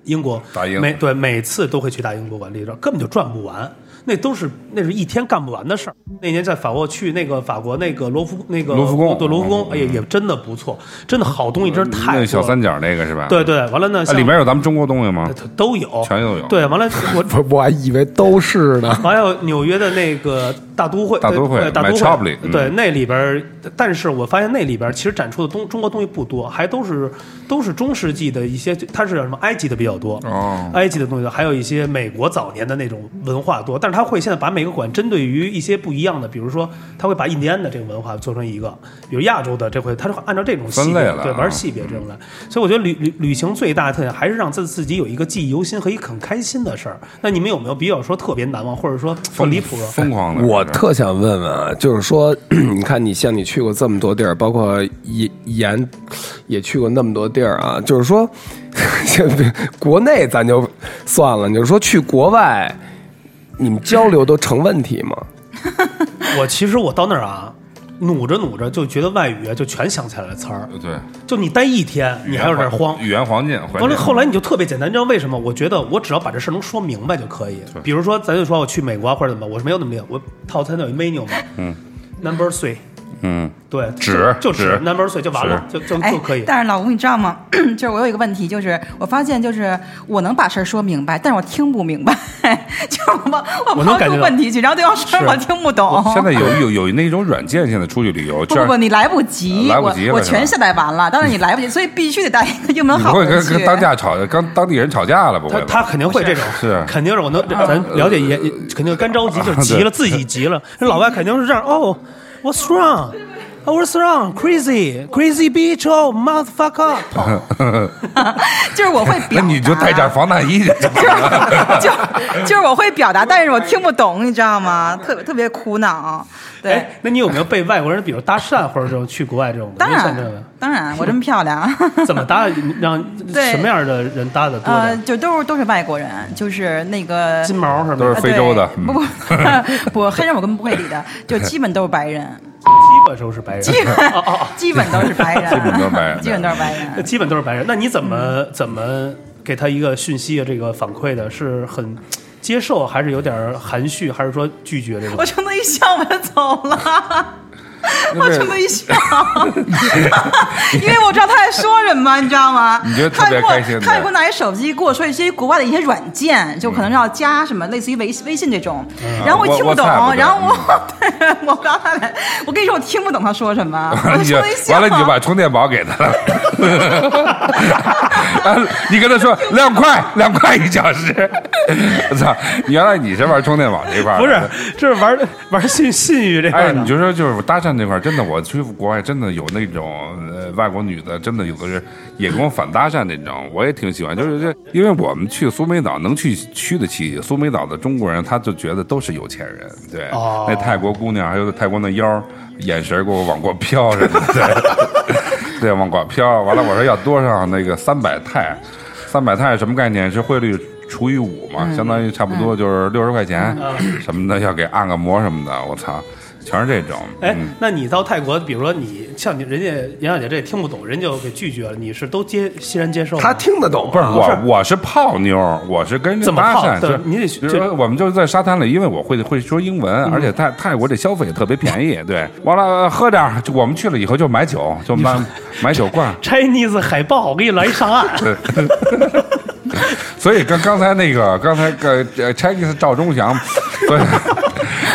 [SPEAKER 1] 英国
[SPEAKER 2] 大英
[SPEAKER 1] 每对每次都会去大英博物馆里边，根本就转不完，那都是那是一天干不完的事儿。那年在法国去那个法国那个罗浮那个
[SPEAKER 2] 罗浮宫
[SPEAKER 1] 对罗浮宫，
[SPEAKER 2] 嗯
[SPEAKER 1] 哎呀也真的不错，真的好东西真是太多
[SPEAKER 2] 那
[SPEAKER 1] 了。
[SPEAKER 2] 小三角那个是吧？
[SPEAKER 1] 对对，完了呢，
[SPEAKER 2] 啊，
[SPEAKER 1] 像
[SPEAKER 2] 里面有咱们中国东西吗？
[SPEAKER 1] 都有，
[SPEAKER 2] 全都有
[SPEAKER 1] 对，完 了我
[SPEAKER 3] 我我还以为都是呢。
[SPEAKER 1] 还有纽约的那个大都会，
[SPEAKER 2] 大都会
[SPEAKER 1] 对大都
[SPEAKER 2] My
[SPEAKER 1] 会，
[SPEAKER 2] Chopley，嗯
[SPEAKER 1] 对那里边儿，但是我发现那里边儿其实展出的东中国东西不多，还都是都是中世纪的一些，它是什么埃及的比较多，
[SPEAKER 2] 哦
[SPEAKER 1] 埃及的东西，还有一些美国早年的那种文化多，但是它会现在把每个馆针对于一些不一样的，比如说它会把印第安的这个文化做成一个，比如亚洲的这会，它是按照这种系
[SPEAKER 2] 分
[SPEAKER 1] 列
[SPEAKER 2] 类了
[SPEAKER 1] 对
[SPEAKER 2] 啊
[SPEAKER 1] 玩系别这种来，所以我觉得旅旅旅行最大的特点还是让自自己有一个记忆犹新和一个很开心的事儿。那你们有没有比较说特别难忘，或者说特离谱的？
[SPEAKER 2] 疯狂的，
[SPEAKER 3] 我
[SPEAKER 2] 是
[SPEAKER 3] 特想问问啊，就是说， 你看你像你去过这么多地儿，包括盐盐也去过那么多地儿啊，就是说， 现在国内咱就算了，你就是说去国外，你们交流都成问题吗？
[SPEAKER 2] 哦
[SPEAKER 1] 我其实我到那儿啊，努着努着就觉得外语啊就全想起来了词儿，
[SPEAKER 2] 对，
[SPEAKER 1] 就你待一天，你还有点慌。
[SPEAKER 2] 语言环境，
[SPEAKER 1] 完了，后来你就特别简单，你知道为什么？我觉得我只要把这事儿能说明白就可以。比如说，咱就说我去美国啊或者怎么，我是没有那么厉害。我套餐有一 menu 嘛，嗯，number three，
[SPEAKER 2] 嗯，
[SPEAKER 1] 对，
[SPEAKER 2] 指
[SPEAKER 1] 就就指
[SPEAKER 2] 指
[SPEAKER 1] number three 就完了，就就
[SPEAKER 4] 哎
[SPEAKER 1] 就可以，。
[SPEAKER 4] 但是老吴，你知道吗？ 就是我有一个问题，就是我发现，就是我能把事儿说明白，但是我听不明白， 就是我
[SPEAKER 1] 我
[SPEAKER 4] 我
[SPEAKER 1] 能
[SPEAKER 4] 抛
[SPEAKER 1] 感觉到
[SPEAKER 4] 出问题去，然后对方说
[SPEAKER 1] 是
[SPEAKER 4] 我听不懂。
[SPEAKER 2] 现在有有有那种软件，现在出去旅游，
[SPEAKER 4] 不
[SPEAKER 2] 这
[SPEAKER 4] 不
[SPEAKER 2] 样
[SPEAKER 4] 不，你来不及，
[SPEAKER 2] 呃来不及了
[SPEAKER 4] 我我
[SPEAKER 2] 是吧
[SPEAKER 4] 全下载完了，但是你来不及，所以必须得带一个英文
[SPEAKER 2] 你
[SPEAKER 4] 好
[SPEAKER 2] 会
[SPEAKER 4] 的
[SPEAKER 2] 跟
[SPEAKER 4] 去
[SPEAKER 2] 跟。当家吵，跟当地人吵架了，不会
[SPEAKER 1] 他
[SPEAKER 2] 吧？
[SPEAKER 1] 他肯定会这种，
[SPEAKER 2] 是
[SPEAKER 1] 肯定是我能咱了解也肯定干着急就急了，自己急 了。人老外肯定是这样哦，What's wrong？Oh, what's wrong? Crazy, crazy bitch! Oh, motherfucker!
[SPEAKER 2] 哎
[SPEAKER 4] 就是我会表
[SPEAKER 2] 那
[SPEAKER 4] 达，
[SPEAKER 2] 你就带件防弹衣去。
[SPEAKER 4] 就 就是我会表达，但是我听不懂，你知道吗？特别特别苦恼。对
[SPEAKER 1] 哎，，那你有没有被外国人，比如搭讪或者这种去国外这种的？
[SPEAKER 4] 当
[SPEAKER 1] 你有见这
[SPEAKER 4] 然
[SPEAKER 1] 个
[SPEAKER 4] 当然， 我这么漂亮。
[SPEAKER 1] 怎么搭？让
[SPEAKER 4] 对
[SPEAKER 1] 什么样的人搭的多
[SPEAKER 4] 呃，
[SPEAKER 1] 点？
[SPEAKER 4] 就都是都是外国人，就是那个呃
[SPEAKER 1] 金毛什么
[SPEAKER 2] 都
[SPEAKER 1] 的
[SPEAKER 2] 是，非洲的嗯
[SPEAKER 4] 对不不不，黑人我根本不会理的，就基本都 是白人，
[SPEAKER 1] 基本都是白人，
[SPEAKER 4] 基本
[SPEAKER 1] 哦哦哦，
[SPEAKER 4] 基本都是白人，啊
[SPEAKER 2] 基本都是白人
[SPEAKER 4] 基本都是白
[SPEAKER 1] 那
[SPEAKER 4] 人。
[SPEAKER 1] 基本都是白人。那你怎么怎么给他一个讯息啊？这个反馈的是很接受，还是有点儿含蓄，还是说拒绝这种
[SPEAKER 4] 我？就那一笑我就走了，我就那一 笑，因为我知道他在说什么，你知道吗？
[SPEAKER 2] 你觉得特
[SPEAKER 4] 他
[SPEAKER 2] 别
[SPEAKER 4] 给我
[SPEAKER 2] 开心的
[SPEAKER 4] 他给我拿一手机给我说一些国外的一些软件，就可能要加什么类似于微微信这种，然后我听不懂，
[SPEAKER 2] 我我嗯 WhatsApp
[SPEAKER 4] 然后我对 我刚才来，我跟你说我听不懂他说 什么，我
[SPEAKER 2] 你就
[SPEAKER 4] 就那一笑，
[SPEAKER 2] 完了，你就把充电宝给他了。 啊你跟他说两块，两块一小时。 我操！原来你是玩充电宝这块儿的
[SPEAKER 1] 不是，这是玩玩信信誉这块
[SPEAKER 2] 哎，
[SPEAKER 1] 儿的。
[SPEAKER 2] 你就说就是搭讪这块儿，真的，我去国外真的有那种呃外国女的，真的有的是也跟我反搭讪那种，我也挺喜欢。就是这，因为我们去苏梅岛能去去得起苏梅岛的中国人，他就觉得都是有钱人。对，
[SPEAKER 1] 哦
[SPEAKER 2] 那泰国姑娘还有泰国那腰，眼神给我往过飘什么的， 对，对，往过飘。完了，我说要多少那个三百泰，三百泰什么概念？是汇率。除以五
[SPEAKER 1] 嗯
[SPEAKER 2] 嘛，相当于差不多就是六十块钱，什么的要给按个摩什么的，我操，全是这种。
[SPEAKER 1] 哎
[SPEAKER 2] 嗯，，
[SPEAKER 1] 那你到泰国，比如说你像你人家杨小姐这也听不懂，人家就给拒绝了，你是都接欣然接受吗？
[SPEAKER 3] 他听得懂，啊
[SPEAKER 2] 不是我，我是泡妞，我是跟人
[SPEAKER 1] 怎么
[SPEAKER 2] 搭
[SPEAKER 1] 泡
[SPEAKER 2] 讪，
[SPEAKER 1] 对
[SPEAKER 2] 就是
[SPEAKER 1] 你得
[SPEAKER 2] 就是
[SPEAKER 1] 这嗯
[SPEAKER 2] 说我们就是在沙滩里，因为我会会说英文，而且泰泰国这消费也特别便宜，对，完了喝点儿，就我们去了以后就买酒，就买买酒罐，
[SPEAKER 1] Chinese 海报，我给你来一上 岸。
[SPEAKER 2] 所以刚刚才那个，刚才个呃 Chinese 赵忠祥，所以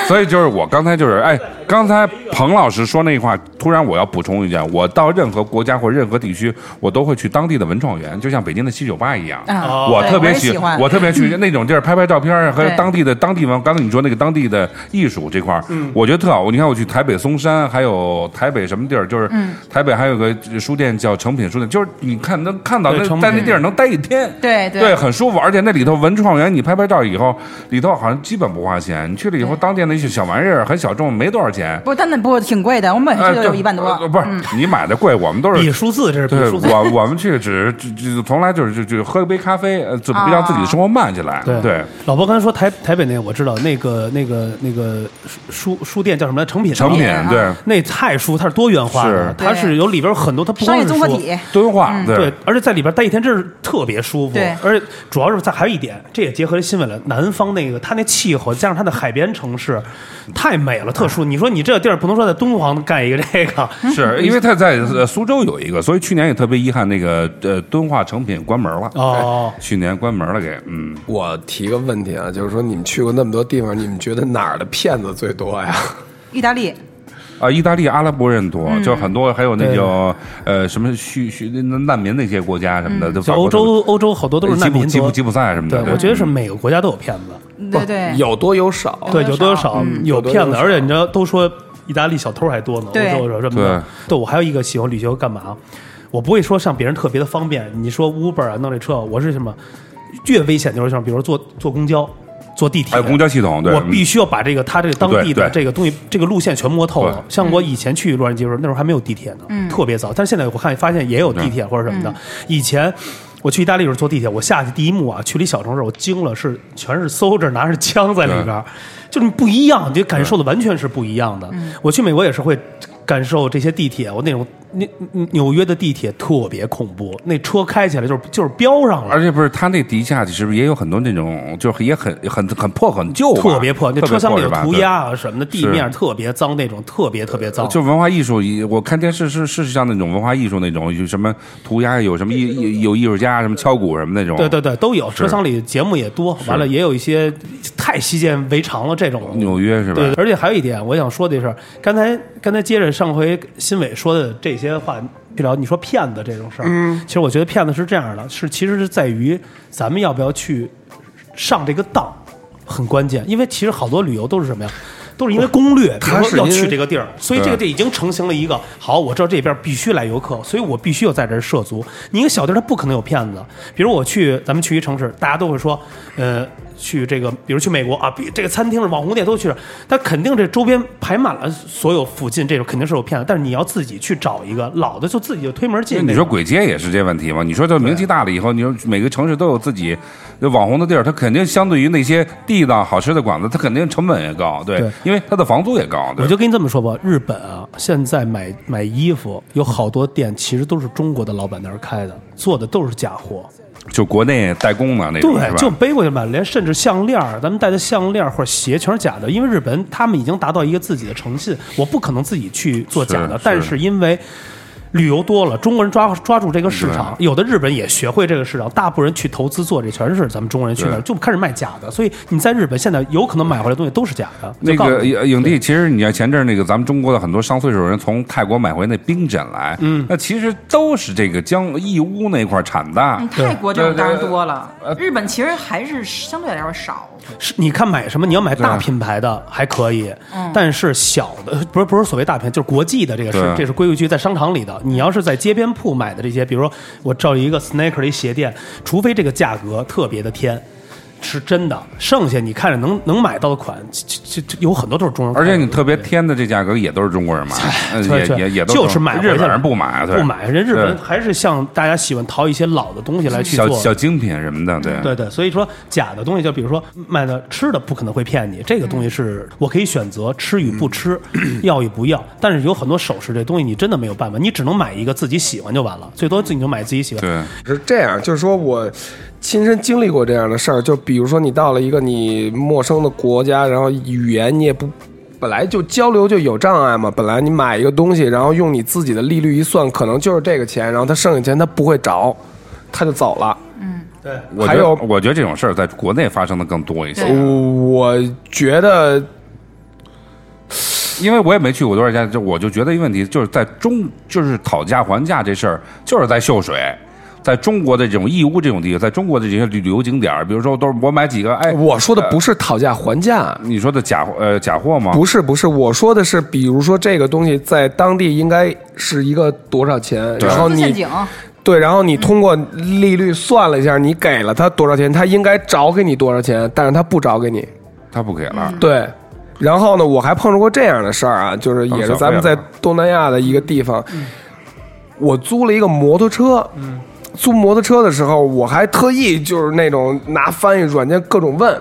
[SPEAKER 2] 所以就是我刚才就是哎，刚才彭老师说那话，突然我要补充一下，我到任何国家或任何地区，我都会去当地的文创园，就像北京的七九八一样。
[SPEAKER 4] 啊
[SPEAKER 2] 我
[SPEAKER 4] 对
[SPEAKER 2] 特别
[SPEAKER 4] 也喜
[SPEAKER 2] 喜
[SPEAKER 4] 欢，
[SPEAKER 2] 我特别 去那种地儿拍拍照片儿和
[SPEAKER 4] 对
[SPEAKER 2] 当地的当地文。刚才你说那个当地的艺术这块儿，
[SPEAKER 1] 嗯
[SPEAKER 2] 我觉得特好。你看我去台北松山，还有台北什么地儿，就是
[SPEAKER 4] 嗯
[SPEAKER 2] 台北还有个书店叫诚品书店，就是你看能看到
[SPEAKER 1] 对
[SPEAKER 2] 那
[SPEAKER 1] 诚
[SPEAKER 2] 在
[SPEAKER 1] 品
[SPEAKER 2] 那地儿能待一天。
[SPEAKER 4] 对对
[SPEAKER 2] 对，很舒服，而且那里头文创园，你拍拍照以后，里头好像基本不花钱。你去了以后，当地那些小玩意儿很小众，没多少钱。
[SPEAKER 4] 不，但那不挺贵的，我每
[SPEAKER 2] 哎
[SPEAKER 4] 次就有
[SPEAKER 2] 对
[SPEAKER 4] 一万多，嗯
[SPEAKER 2] 呃不是你买的贵，我们都
[SPEAKER 1] 比
[SPEAKER 2] 是
[SPEAKER 1] 数字，这是比
[SPEAKER 2] 对
[SPEAKER 1] 数字。
[SPEAKER 2] 我我们去只只只从来就是就就喝一杯咖啡，呃，怎么让自己的生活慢下来？
[SPEAKER 1] 对
[SPEAKER 2] 对，
[SPEAKER 1] 老伯刚才说台台北那个，我知道那个那个那个书书书店叫什么来？成品吗
[SPEAKER 2] 成品对
[SPEAKER 1] 那菜书它是多元化的
[SPEAKER 2] 是，
[SPEAKER 1] 它是有里边有很多，它不
[SPEAKER 4] 商
[SPEAKER 1] 光
[SPEAKER 4] 业
[SPEAKER 1] 是
[SPEAKER 4] 综合
[SPEAKER 1] 书。
[SPEAKER 4] 体。
[SPEAKER 2] 敦化
[SPEAKER 4] 嗯
[SPEAKER 1] 对，而且在里边待一天真是特别舒服
[SPEAKER 4] 对，
[SPEAKER 1] 而且主要是在还有一点，这也结合新闻了，南方那个它那气候加上它的海边城市，太美了，特舒服。你说你这地儿不能说在敦煌盖一个这个，
[SPEAKER 2] 是
[SPEAKER 1] 嗯
[SPEAKER 2] 因为他在呃苏州有一个，所以去年也特别遗憾，那个呃敦化成品关门了。
[SPEAKER 1] 哦
[SPEAKER 2] 对 去年关门了给，嗯，
[SPEAKER 3] 我提个问题啊，就是说你们去过那么多地方，你们觉得哪儿的骗子最多呀？
[SPEAKER 4] 意大利，
[SPEAKER 2] 啊，意大利阿拉伯人多，就很多，还有那种呃什么叙叙那难民那些国家什么的，就
[SPEAKER 1] 就
[SPEAKER 2] 法国
[SPEAKER 1] 欧
[SPEAKER 2] 什么
[SPEAKER 1] 洲欧洲好多都是
[SPEAKER 2] 吉
[SPEAKER 1] 难
[SPEAKER 2] 普
[SPEAKER 1] 民
[SPEAKER 2] 吉普
[SPEAKER 1] 多。
[SPEAKER 2] 吉嗯普赛什么
[SPEAKER 1] 对
[SPEAKER 2] 的，，
[SPEAKER 1] 我觉得是每个国家都有骗子。
[SPEAKER 4] 对对，
[SPEAKER 3] 有多有少。啊
[SPEAKER 1] 对，
[SPEAKER 4] 有
[SPEAKER 1] 有
[SPEAKER 4] 多
[SPEAKER 1] 多
[SPEAKER 4] 有
[SPEAKER 1] 有
[SPEAKER 4] 少
[SPEAKER 1] 少
[SPEAKER 4] 嗯
[SPEAKER 1] 有骗
[SPEAKER 3] 有多有
[SPEAKER 1] 子，
[SPEAKER 3] 少
[SPEAKER 1] 而且你知道，都说意大利小偷还多呢，
[SPEAKER 4] 对
[SPEAKER 1] 欧洲什么的。对，我还有一个喜欢旅游干嘛？我不会说上别人特别的方便，你说 Uber 啊，弄这车，我是什么？越危险就是像比如坐坐公交、坐地铁，
[SPEAKER 2] 还有哎公交系统，对，嗯
[SPEAKER 1] 我必须要把这个他这个当地的
[SPEAKER 2] 对对
[SPEAKER 1] 这个东西这个路线全摸透了
[SPEAKER 2] 对。
[SPEAKER 1] 像我以前去洛杉矶的时候，那时候还没有地铁呢，特别早。但是现在我看发现也有地铁或者什么的。以前我去意大利的时候坐地铁，我下去第一幕啊，去了一小城市，我惊了，是全是搜着拿着枪在里边儿，就是不一样，你就感受的完全是不一样的。我去美国也是会感受这些地铁，我那种那纽约的地铁特别恐怖，那车开起来就是就是飙上了
[SPEAKER 2] 而。且不是他那底下是不是也有很多那种，就是也很很很破很旧吧，
[SPEAKER 1] 特别破，那
[SPEAKER 2] 特别
[SPEAKER 1] 车厢里有
[SPEAKER 2] 是吧
[SPEAKER 1] 涂
[SPEAKER 2] 对
[SPEAKER 1] 鸦啊什么的，地
[SPEAKER 2] 是
[SPEAKER 1] 面特别脏，那种特别特别脏。
[SPEAKER 2] 就文化艺术，一我看电视是是像那种文化艺术那种，有什么涂鸦，有什么艺艺有艺术家，什么敲鼓什么那种。
[SPEAKER 1] 对对对，都有。车厢里节目也多，完了也有一些太习见为常了这种。
[SPEAKER 2] 纽约嗯是吧？
[SPEAKER 1] 对，而且还有一点，我想说的是，刚才刚才接着上回新伟说的这些话去聊，你说骗子这种事儿，
[SPEAKER 2] 嗯
[SPEAKER 1] 其实我觉得骗子是这样的，是其实是在于咱们要不要去上这个当，很关键，因为其实好多旅游都是什么呀？都是因为攻略，比
[SPEAKER 3] 他
[SPEAKER 1] 如
[SPEAKER 3] 是
[SPEAKER 1] 说要
[SPEAKER 3] 因为
[SPEAKER 1] 去这个地儿，所以这个
[SPEAKER 2] 对
[SPEAKER 1] 地已经成型了一个好，我知道这边必须来游客，所以我必须要在这儿涉足。你一个小地儿，它不可能有骗子。比如我去，咱们去一城市，大家都会说，呃，去这个，比如去美国啊，比这个餐厅是网红店都去了，但肯定这周边排满了所有附近这种肯定是有骗子，但是你要自己去找一个老的，就自己就推门进
[SPEAKER 2] 那
[SPEAKER 1] 那种。
[SPEAKER 2] 你说鬼街也是这问题吗？你说这名气大了以后，你说每个城市都有自己网红的地儿，它肯定相对于那些地道好吃的馆子，它肯定成本也高，对，
[SPEAKER 1] 对
[SPEAKER 2] 因因为它的房租也高，对
[SPEAKER 1] 我
[SPEAKER 2] 吧
[SPEAKER 1] 就跟你这么说吧，日本啊，现在买买衣服有好多店其实都是中国的老板那儿开的，做的都是假货，
[SPEAKER 2] 就国内代工的那种，是
[SPEAKER 1] 对，
[SPEAKER 2] 吧
[SPEAKER 1] 就背过去买，连甚至项链儿，咱们戴的项链儿或者鞋全是假的，因为日本他们已经达到一个自己的诚信，我不可能自己去做假的，
[SPEAKER 2] 是
[SPEAKER 1] 但
[SPEAKER 2] 是
[SPEAKER 1] 是因为。旅游多了，中国人抓抓住这个市场，有的日本也学会这个市场，大部分人去投资做这，全是咱们中国人去那儿就开始卖假的，所以你在日本现在有可能买回来的东西都是假的。
[SPEAKER 2] 那
[SPEAKER 1] 就告诉
[SPEAKER 2] 个
[SPEAKER 1] 你
[SPEAKER 2] 影影帝，其实你看前阵儿那个咱们中国的很多上岁数人从泰国买回那冰枕来，嗯，那其实都是这个江义乌那块儿产的
[SPEAKER 4] 嗯，，泰国这种当然多了
[SPEAKER 2] 对对，呃
[SPEAKER 4] 日本其实还是相对来说少。
[SPEAKER 1] 是你看买什么？你要买
[SPEAKER 2] 啊
[SPEAKER 1] 大品牌的还可以，但是小的不是不是所谓大品牌，就是国际的这个
[SPEAKER 2] 对啊
[SPEAKER 1] 是这是规规矩矩在商场里的。你要是在街边铺买的这些，比如说我照一个 sneaker 的一鞋店，除非这个价格特别的天。是真的，剩下你看着能能买到的款，就就就有很多都是中国人
[SPEAKER 2] 而
[SPEAKER 1] 款。
[SPEAKER 2] 且你特别天的这价格也都是中国人买，嗯
[SPEAKER 1] 哎对
[SPEAKER 2] 也
[SPEAKER 1] 对
[SPEAKER 2] 也也都
[SPEAKER 1] 就是买回去
[SPEAKER 2] 日
[SPEAKER 1] 了
[SPEAKER 2] 本人不买，啊对
[SPEAKER 1] 不买，人日本
[SPEAKER 2] 对
[SPEAKER 1] 还是像大家喜欢淘一些老的东西来去
[SPEAKER 2] 小
[SPEAKER 1] 做
[SPEAKER 2] 小精品什么的，对
[SPEAKER 1] 对对，所以说假的东西，就比如说卖的吃的，不可能会骗你。这个东西是我可以选择吃与不吃， 要与不要。但是有很多首饰这东西，你真的没有办法，你只能买一个自己喜欢就完了，最多自己就买自己喜欢。
[SPEAKER 2] 对
[SPEAKER 3] 是这样，就是说我亲身经历过这样的事儿，就比如说你到了一个你陌生的国家，然后语言你也不。本来就交流就有障碍嘛，本来你买一个东西，然后用你自己的利率一算，可能就是这个钱，然后他剩下钱他不会找，他就走了。
[SPEAKER 1] 对，
[SPEAKER 2] 我觉
[SPEAKER 3] 还
[SPEAKER 2] 得
[SPEAKER 3] 有
[SPEAKER 2] 我觉得这种事儿在国内发生的更多一些
[SPEAKER 4] 对，
[SPEAKER 3] 我觉得
[SPEAKER 2] 因为我也没去过多少家，就我就觉得一个问题就是在中就是讨价还价这事儿，就是在秀水。在中国的这种义乌这种地方，在中国的这些旅旅游景点儿，比如说都是我买几个，哎，
[SPEAKER 3] 我说的不是讨价还价，
[SPEAKER 2] 你说的假货呃假货吗？
[SPEAKER 3] 不是不是，我说的是，比如说这个东西在当地应该是一个多少钱，然后
[SPEAKER 2] 哦
[SPEAKER 4] 投资陷
[SPEAKER 3] 你
[SPEAKER 4] 阱，
[SPEAKER 3] 对，然后你通过利率算了一下，你给了他多少钱，他应该找给你多少钱，但是他不找给你，
[SPEAKER 2] 他不给了，
[SPEAKER 3] 对。然后呢，我还碰着过这样的事儿啊，就是也是咱们在东南亚的一个地方，我租了一个摩托车，租摩托车的时候，我还特意就是那种拿翻译软件各种问，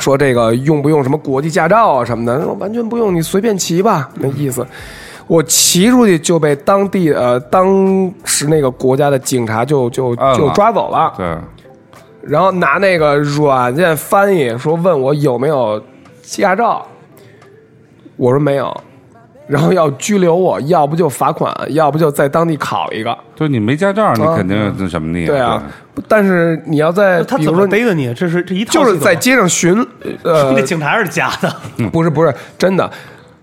[SPEAKER 3] 说这个用不用什么国际驾照啊什么的，说完全不用，你随便骑吧，那意思。我骑出去就被当地呃当时那个国家的警察就就
[SPEAKER 2] 按了
[SPEAKER 3] 就抓走了，
[SPEAKER 2] 对，
[SPEAKER 3] 然后拿那个软件翻译说问我有没有驾照，我说没有，然后要拘留我，要不就罚款，要不就在当地考一个，
[SPEAKER 2] 就你没驾照，你
[SPEAKER 3] 啊
[SPEAKER 2] 肯定那什么的，
[SPEAKER 3] 对啊。但是你要在
[SPEAKER 1] 他
[SPEAKER 3] 比
[SPEAKER 1] 怎
[SPEAKER 3] 如
[SPEAKER 1] 么
[SPEAKER 3] 说
[SPEAKER 1] 逮的你？这是这一套系
[SPEAKER 3] 就
[SPEAKER 1] 统，
[SPEAKER 3] 是在街上巡，呃
[SPEAKER 1] 那，警察是假的，
[SPEAKER 3] 不是不是真的，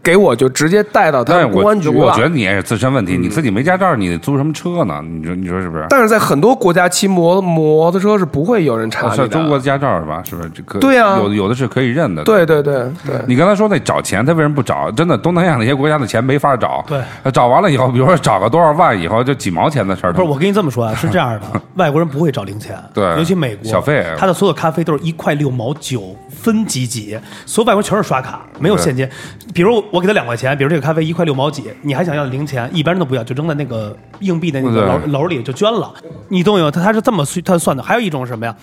[SPEAKER 3] 给我就直接带到他
[SPEAKER 2] 但是
[SPEAKER 3] 们
[SPEAKER 2] 我
[SPEAKER 3] 公安局啊嗯
[SPEAKER 2] 我
[SPEAKER 3] 了
[SPEAKER 2] 觉。得你也是自身问题，你自己没驾照，你租什么车呢？你说你说是不是？
[SPEAKER 3] 但是在很多国家骑摩摩托车是不会有人查
[SPEAKER 2] 哦
[SPEAKER 3] 你
[SPEAKER 2] 是
[SPEAKER 3] 的。
[SPEAKER 2] 中国的驾照是吧？是不是？这可
[SPEAKER 3] 对啊
[SPEAKER 2] 有有的是可以认的。
[SPEAKER 3] 对对对对，
[SPEAKER 2] 你刚才说那找钱，他为什么不找？真的，东南亚那些国家的钱没法找。
[SPEAKER 1] 对，
[SPEAKER 2] 找完了以后，比如说找个多少万以后，就几毛钱的事儿。
[SPEAKER 1] 不是我跟你这么说啊，是这样的， 外国人不会找零钱，
[SPEAKER 2] 对
[SPEAKER 1] 尤其美国
[SPEAKER 2] 小费
[SPEAKER 1] 他的所有咖啡都是一块六毛九分几几，所有外国人全是刷卡，没有现金。比如我给他两块钱，比如这个咖啡一块六毛几，你还想要零钱，一般人都不要，就扔在那个硬币的那个
[SPEAKER 2] 对
[SPEAKER 1] 篓篓里就捐了。你懂有他他是这么算他算的。还有一种是什么呀？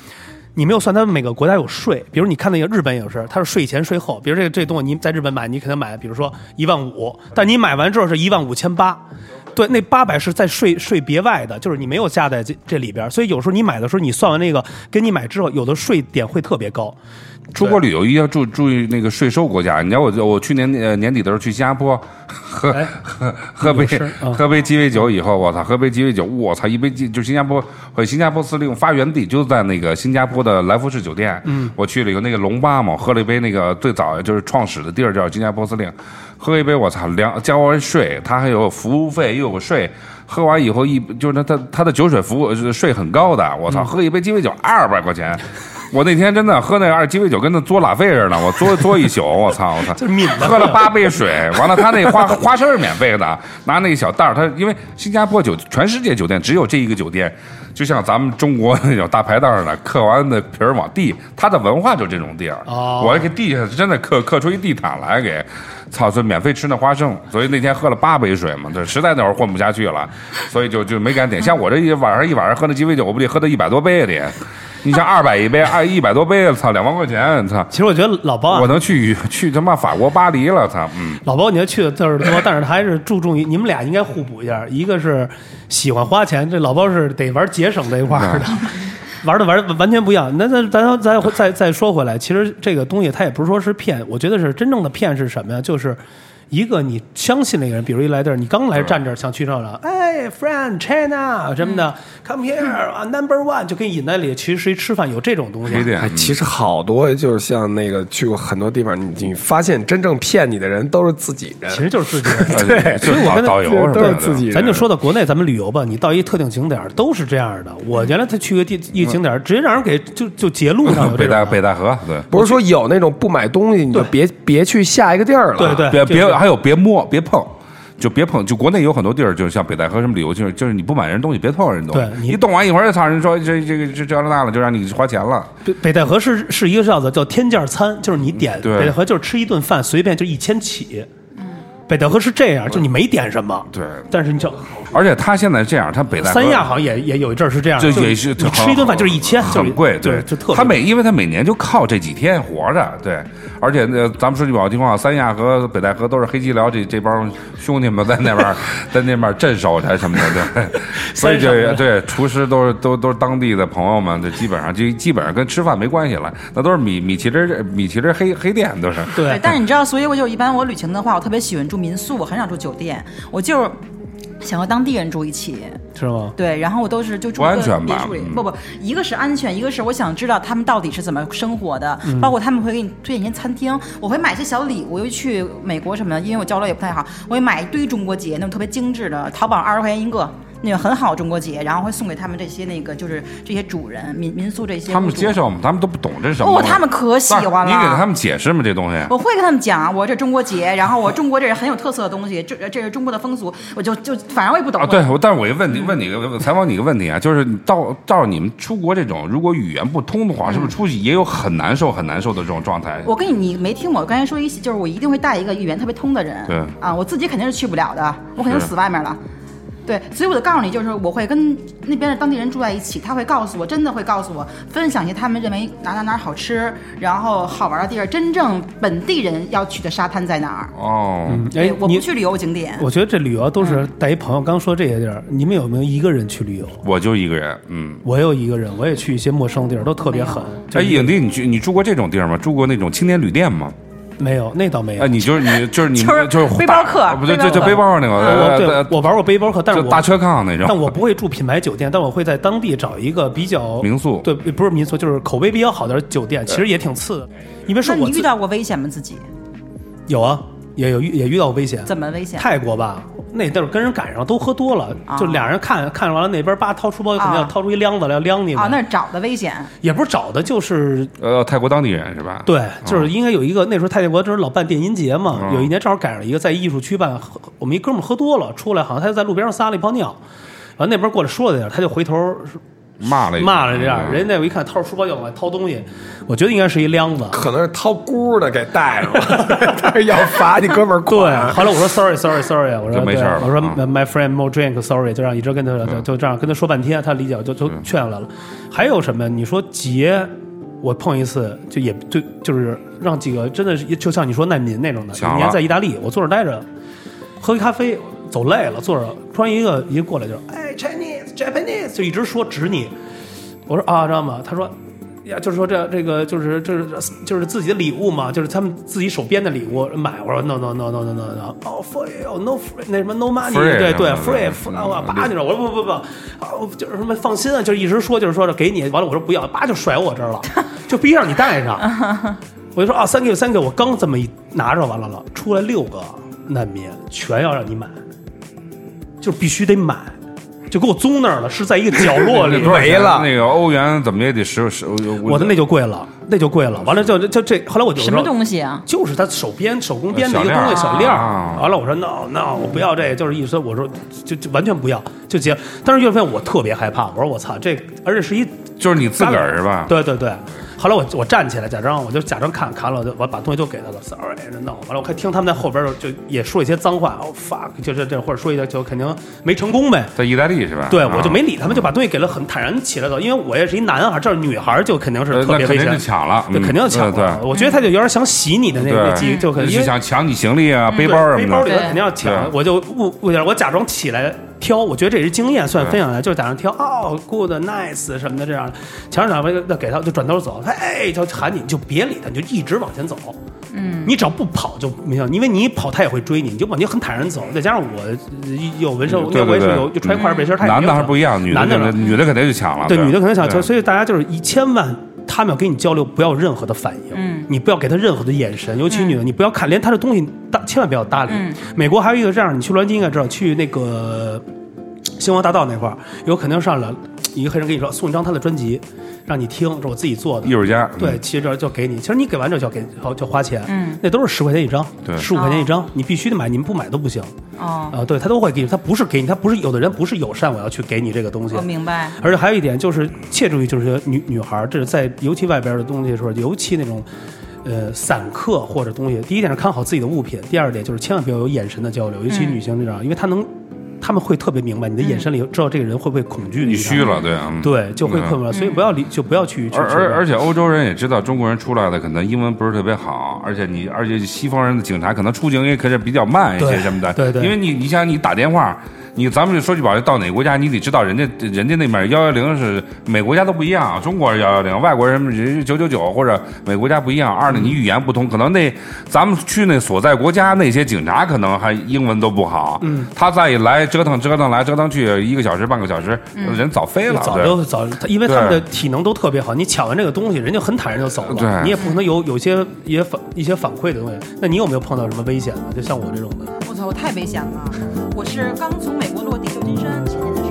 [SPEAKER 1] 你没有算，他们每个国家有税，比如你看那个日本也是，它是税前税后。比如这个这东西你在日本买，你可能买，比如说一万五，但你买完之后是一万五千八，对，那八百是在税税别外的，就是你没有加在这这里边儿。所以有时候你买的时候，你算完那个跟你买之后，有的税点会特别高。
[SPEAKER 2] 出国旅游一定要注注意那个税收国家。你知道我我去年呃年底的时候去新加坡， 喝
[SPEAKER 1] 哎
[SPEAKER 2] 喝喝杯
[SPEAKER 1] 有事啊
[SPEAKER 2] 喝杯鸡尾酒以后，我操，喝杯鸡尾酒，我操，一杯鸡就新加坡，回新加坡司令发源地就在那个新加坡的来福士酒店。嗯，我去了以后，那个龙巴嘛，我喝了一杯那个最早就是创始的地儿叫新加坡司令，喝一杯我操，两交完税，它还有服务费又有税。喝完以后一就是它它它的酒水服务呃税很高的，我
[SPEAKER 1] 嗯
[SPEAKER 2] 操，喝一杯鸡尾酒二百块钱，我那天真的喝那二鸡尾酒跟那嘬拉菲似的，我嘬嘬一宿， 我操我操，
[SPEAKER 1] 就是抿的
[SPEAKER 2] 喝了八杯水，完了他那花花生是免费的，拿那个小袋儿，他因为新加坡酒全世界酒店只有这一个酒店，就像咱们中国那种大排档似的，嗑完的皮儿往地，他的文化就这种地儿，
[SPEAKER 1] 哦
[SPEAKER 2] 我还给地下真的嗑嗑出一地毯来给。操！这免费吃那花生，所以那天喝了八杯水嘛，这实在那会儿混不下去了，所以就就没敢点。像我这一晚上一晚上喝那鸡尾酒，我不得喝到一百多杯啊得。你像二百一杯，二一百多杯，操，两万块钱，操，
[SPEAKER 1] 其实我觉得老包
[SPEAKER 2] 我
[SPEAKER 1] 啊，
[SPEAKER 2] 能去去他妈法国巴黎了，操，嗯，
[SPEAKER 1] 老包你要去的地儿多，但是他还是注重于你们俩应该互补一下，一个是喜欢花钱，这老包是得玩节省这一块儿的。 玩的玩完全不一样。那那咱咱再再再说回来，其实这个东西它也不是说是骗，我觉得是真正的骗是什么呀？就是一个你相信那个人，比如一来这儿，你刚来站这儿想去上了，哎，friend China 什么的、c o m e here 啊，number one 就给你引在里，其实是一吃饭有这种东西
[SPEAKER 2] 黑。店
[SPEAKER 3] 哎，，其实好多就是像那个去过很多地方，你你发现真正骗你的人都是自己人
[SPEAKER 1] 其，实就是自己人，
[SPEAKER 2] 对，嗯就是导导游什么
[SPEAKER 3] 都是
[SPEAKER 2] 的，
[SPEAKER 3] 自己人。
[SPEAKER 1] 咱就说到国内，咱们旅游吧，你到一特定景点儿都是这样的。我原来他去个地一个景点儿，直接让人给就就截路上有这
[SPEAKER 2] 嗯北
[SPEAKER 1] 种的
[SPEAKER 2] 戴北戴河，对。
[SPEAKER 3] 不是说有那种不买东西你就别别去下一个地儿了。
[SPEAKER 1] 对 对
[SPEAKER 2] 别别
[SPEAKER 1] 就是
[SPEAKER 2] 还有别摸别碰。就别碰，就国内有很多地儿，就像北戴河什么旅游，就是就是你不买人东西，别动人东西。
[SPEAKER 1] 对你
[SPEAKER 2] 一动完一会儿，操人说这这个这这那了，就让你花钱了。
[SPEAKER 1] 北北戴河是是一个叫做叫天价餐，就是你点
[SPEAKER 2] 对
[SPEAKER 1] 北戴河就是吃一顿饭随便就一千起。
[SPEAKER 4] 嗯
[SPEAKER 1] 北戴河是这样，就你没点什么，
[SPEAKER 2] 对
[SPEAKER 1] 但是你就
[SPEAKER 2] 而且他现在这样，他北戴河
[SPEAKER 1] 三亚好像也也有一阵儿是这样，
[SPEAKER 2] 这
[SPEAKER 1] 啊就
[SPEAKER 2] 也是
[SPEAKER 1] 你吃一顿饭就是一千，就是
[SPEAKER 2] 很贵，
[SPEAKER 1] 对，就特别
[SPEAKER 2] 他每因为他每年就靠这几天活着，对。而且那咱们说句不好听话，三亚和北戴河都是黑吉辽这这帮兄弟们在 那边在那边镇守着什么的，对。所以
[SPEAKER 1] 山
[SPEAKER 2] 这
[SPEAKER 1] 上
[SPEAKER 2] 对厨师都是都都是当地的朋友们，这基本上就基本上跟吃饭没关系了，那都是米米其林米其林黑黑店都是。
[SPEAKER 1] 对。
[SPEAKER 4] 但是你知道，所以我就一般我旅行的话，我特别喜欢住民宿，我很少住酒店，我就是想和当地人住一起。
[SPEAKER 1] 是吗？
[SPEAKER 4] 对，然后我都是就住
[SPEAKER 2] 不安
[SPEAKER 4] 个
[SPEAKER 2] 全
[SPEAKER 4] 别
[SPEAKER 2] 吧
[SPEAKER 4] 墅里
[SPEAKER 2] 嗯
[SPEAKER 4] 不不，一个是安全，一个是我想知道他们到底是怎么生活的，包括他们会给你推荐一些餐厅，我会买一些小礼物，尤其去美国什么的，因为我交流也不太好，我会买一堆中国结那种特别精致的，淘宝二十块钱一个。那种很好中国结，然后会送给他们这些那个就是这些主人民民宿这些
[SPEAKER 2] 他们
[SPEAKER 4] 屋主
[SPEAKER 2] 接受吗？他们都不懂这是什么
[SPEAKER 4] 哦
[SPEAKER 2] 东，西。
[SPEAKER 4] 他们可喜欢了。
[SPEAKER 2] 你给他们解释吗？这东西？
[SPEAKER 4] 我会跟他们讲，啊我这中国结，然后我中国这是很有特色的东西，这这是中国的风俗，我就就反正我也不懂。
[SPEAKER 2] 啊，对，我但是我一问你，
[SPEAKER 1] 嗯
[SPEAKER 2] 问你一个采访你一个问题啊，就是你到到你们出国这种，如果语言不通的话，
[SPEAKER 1] 嗯
[SPEAKER 2] 是不是出去也有很难受、很难受的这种状态？
[SPEAKER 4] 我跟你你没听我刚才说一起，就是我一定会带一个语言特别通的人。
[SPEAKER 2] 对
[SPEAKER 4] 啊，我自己肯定是去不了的，我肯定
[SPEAKER 2] 是
[SPEAKER 4] 死外面了。对，所以我就告诉你，就是我会跟那边的当地人住在一起，他会告诉我，真的会告诉我，分享一些他们认为哪哪哪儿好吃，然后好玩的地儿，真正本地人要去的沙滩在哪儿。
[SPEAKER 2] 哦，
[SPEAKER 1] 哎
[SPEAKER 4] 对，我
[SPEAKER 1] 你
[SPEAKER 4] 不去嗯旅游景点，
[SPEAKER 1] 我觉得这旅游都是带一朋友刚说这些地儿，你们有没有一个人去旅游？
[SPEAKER 2] 我就一个人，嗯。
[SPEAKER 1] 我有一个人，我也去一些陌生地儿，都特别狠。就
[SPEAKER 4] 嗯
[SPEAKER 2] 哎，影帝，你去你住过这种地儿吗？住过那种青年旅店吗？
[SPEAKER 1] 没有，那倒没有
[SPEAKER 2] 哎，。你就是你就是你
[SPEAKER 4] 就是
[SPEAKER 2] 就是
[SPEAKER 4] 背包客
[SPEAKER 2] 啊不对，
[SPEAKER 4] 背包
[SPEAKER 2] 就
[SPEAKER 4] 客
[SPEAKER 2] 就背包那个
[SPEAKER 1] 我嗯对
[SPEAKER 2] 呃，
[SPEAKER 1] 我玩过背包客，但是
[SPEAKER 2] 就
[SPEAKER 1] 我
[SPEAKER 2] 大车炕那种。
[SPEAKER 1] 但我不会住品牌酒店，但我会在当地找一个比较
[SPEAKER 2] 民宿
[SPEAKER 1] 对，
[SPEAKER 2] 呃
[SPEAKER 1] 不是民宿，就是口碑比较好的酒店，其实也挺次的，因为是
[SPEAKER 4] 那
[SPEAKER 1] 我
[SPEAKER 4] 你遇
[SPEAKER 1] 自
[SPEAKER 4] 到过危险吗？自己
[SPEAKER 1] 有啊，也有遇也遇到过危险，
[SPEAKER 4] 怎么危险？
[SPEAKER 1] 泰国吧，那地儿跟人赶上都喝多了，
[SPEAKER 4] 啊
[SPEAKER 1] 就俩人看看完了那边叭掏出包就肯定要
[SPEAKER 4] 啊
[SPEAKER 1] 掏出一亮子来要亮你们，
[SPEAKER 4] 啊，那是找的危险。
[SPEAKER 1] 也不是找的，就是
[SPEAKER 2] 呃，泰国当地人是吧？
[SPEAKER 1] 对，就是应该有一个那时候泰国就是老办电音节嘛，有一年正好赶上一个在艺术区办，喝我们一哥们儿喝多了出来，好像他就在路边上撒了一泡尿，完那边过来说了点儿，他就回头
[SPEAKER 2] 骂了一
[SPEAKER 1] 骂
[SPEAKER 2] 句
[SPEAKER 1] 了这样，
[SPEAKER 2] 嗯
[SPEAKER 1] 人家我一看掏着书包就往外掏东西，我觉得应该是一梁子。
[SPEAKER 3] 可能是掏箍的给带上了， 但是要罚你哥们儿
[SPEAKER 1] 对，
[SPEAKER 3] 款。
[SPEAKER 1] 后来我说 sorry sorry sorry，我说
[SPEAKER 2] 就没
[SPEAKER 1] 对
[SPEAKER 2] 事儿了
[SPEAKER 1] 我说
[SPEAKER 2] 啊嗯
[SPEAKER 1] my friend more drink sorry，就让一直跟他就就这样跟他说半天，他理解我就就劝下来了。还有什么？你说劫，我碰一次就也就就是让几个真的是就像你说难民那种的，
[SPEAKER 2] 抢
[SPEAKER 1] 有一年
[SPEAKER 2] 了
[SPEAKER 1] 在意大利，我坐着待着，喝一咖啡，走累了坐着，突然一个一个过来就是哎 Chinese Japanese 就一直说指你，我说啊，知道吗？他说。呀，就是说这这个就是就是就是自己的礼物嘛，就是他们自己手编的礼物买。我说 no no no no no no no，哦 for you no free 那什么 no money，
[SPEAKER 2] Free
[SPEAKER 1] 对对
[SPEAKER 2] 什么的
[SPEAKER 1] free，free，
[SPEAKER 2] 嗯
[SPEAKER 1] 啊叭那种。我说不不不，啊我就是什么放心啊，就是一直说就是说着给你，完了我说不要，叭就甩我这儿了，就逼让你带上。我就说啊，thank you thank you，我刚这么一拿着，完了了，出来六个难民，全要让你买，就必须得买，就给我租那儿了，是在一个角落里
[SPEAKER 2] 多少钱
[SPEAKER 3] 没了
[SPEAKER 2] 嗯那个欧元怎么也得十十，
[SPEAKER 1] 我的那就贵了，那就贵了。完了就就这，后来我就
[SPEAKER 4] 什么
[SPEAKER 1] 说，
[SPEAKER 4] 东西啊？
[SPEAKER 1] 就是他手编手工编的
[SPEAKER 2] 小
[SPEAKER 1] 一个东西，
[SPEAKER 2] 链儿
[SPEAKER 1] 小链儿
[SPEAKER 2] 啊。
[SPEAKER 1] 完了我说 no no，我不要这，就是意思我说就就完全不要，就结。但是岳飞我特别害怕，我说我操这，而且是一
[SPEAKER 2] 就是你自个儿是吧？
[SPEAKER 1] 对对对。后来我我站起来，假装我就假装看砍了，我就我把东西都给他了，sorry，就弄。完了，我看听他们在后边儿就也说一些脏话，哦 fuck，就这这或者说一些就肯定没成功呗。
[SPEAKER 2] 在意大利是吧？
[SPEAKER 1] 对，
[SPEAKER 2] 啊
[SPEAKER 1] 我就没理他们，就把东西给了，很坦然起来走，因为我也是一男孩，这是女孩就肯定是
[SPEAKER 2] 呃
[SPEAKER 1] 特
[SPEAKER 2] 那
[SPEAKER 1] 别
[SPEAKER 2] 肯
[SPEAKER 1] 危
[SPEAKER 2] 定
[SPEAKER 1] 险
[SPEAKER 2] 是，抢了，
[SPEAKER 1] 对，
[SPEAKER 2] 嗯
[SPEAKER 1] 肯定要抢啊
[SPEAKER 2] 对
[SPEAKER 1] 了。我觉得他就有点想洗你的那
[SPEAKER 2] 对
[SPEAKER 1] 个
[SPEAKER 2] 对，
[SPEAKER 1] 机，就可能因
[SPEAKER 2] 是
[SPEAKER 1] 为
[SPEAKER 2] 想抢你行李啊、背
[SPEAKER 1] 对
[SPEAKER 2] 包什
[SPEAKER 1] 背
[SPEAKER 2] 么
[SPEAKER 1] 包
[SPEAKER 2] 的
[SPEAKER 1] 里。头肯定要抢
[SPEAKER 2] 对，
[SPEAKER 1] 我就误误点，我假装起来挑，我觉得这也是经验，算分享来，就是假装挑，哦，good nice 什么的这样的，抢着抢着那给他就转头走，哎，就喊你，你就别理他，你就一直往前走，嗯，你只要不跑就没有，因为你一跑他也会追你，你就往你很坦然走，再加上我呃有纹身，
[SPEAKER 2] 对对
[SPEAKER 1] 我也是
[SPEAKER 2] 对
[SPEAKER 1] 有就揣块儿背心儿，他也
[SPEAKER 2] 男
[SPEAKER 1] 没
[SPEAKER 2] 的
[SPEAKER 1] 有
[SPEAKER 2] 还不一样，女
[SPEAKER 1] 男的
[SPEAKER 2] 肯定女的肯定就抢了。
[SPEAKER 1] 对，女的可能想，
[SPEAKER 2] 对
[SPEAKER 1] 所以大家就是一千万，他们要跟你交流，不要任何的反应，
[SPEAKER 4] 嗯
[SPEAKER 1] 你不要给他任何的眼神，尤其女的，你不要看，连他的东西搭，千万不要搭理。
[SPEAKER 4] 嗯
[SPEAKER 1] 美国还有一个这样，你去罗兰应该知道，去啊那个呃星光大道那块儿，有肯定上来一个黑人跟你说送一张他的专辑，让你听，是我自己做的
[SPEAKER 2] 艺。术家
[SPEAKER 1] 对，其实这就给你，其实你给完之后就要给就就花钱，
[SPEAKER 4] 嗯，
[SPEAKER 1] 那都是十块钱一张，
[SPEAKER 2] 对
[SPEAKER 1] 十五块钱一张，你必须得买，你们不买都不行
[SPEAKER 4] 哦，
[SPEAKER 1] 啊！对他都会给你，他不是给你，他不是有的人不是友善，我要去给你这个东西，
[SPEAKER 4] 我明白，
[SPEAKER 1] 而且还有一点就是，切注意，就是女女孩儿，这是在尤其外边儿的东西的时候，尤其那种，呃，散客或者东西。第一点是看好自己的物品，第二点就是千万不要有眼神的交流，尤其女性这样，因为她能，她们会特别明白你的眼神里知道这个人会不会恐惧
[SPEAKER 2] 你
[SPEAKER 1] 知道
[SPEAKER 2] 虚
[SPEAKER 1] 吗，
[SPEAKER 2] 了，对啊，嗯。
[SPEAKER 1] 对，就会困扰，所以不要理，就不要去去。
[SPEAKER 2] 而而而
[SPEAKER 1] 且，
[SPEAKER 2] 且欧洲人也知道中国人出来的可能英文不是特别好，而且你而且西方人的警察可能出警也可是比较慢一些
[SPEAKER 1] 对
[SPEAKER 2] 什么的，
[SPEAKER 1] 对对
[SPEAKER 2] 因为你你想你打电话。你咱们就说句不好听，到哪个国家你得知道人家人家那边幺幺零是每国家都不一样，中国是幺幺零，外国人人九九九或者每国家不一样。二
[SPEAKER 1] 嗯
[SPEAKER 2] 呢，你语言不通，可能那咱们去那所在国家那些警察可能还英文都不好，嗯，他再一来折腾折腾来折腾去，一个小时半个小时，人早飞了，
[SPEAKER 1] 嗯早
[SPEAKER 2] 对
[SPEAKER 1] 就早，她因为他们的体能都特别好，你抢完这个东西，人家很坦然就走了
[SPEAKER 2] 对，
[SPEAKER 1] 你也不可能有有些也反一些反馈的东西。那你有没有碰到什么危险的？就像我这种的。
[SPEAKER 4] 我操，我太危险了！我是刚从美国落地旧金山，前年的事。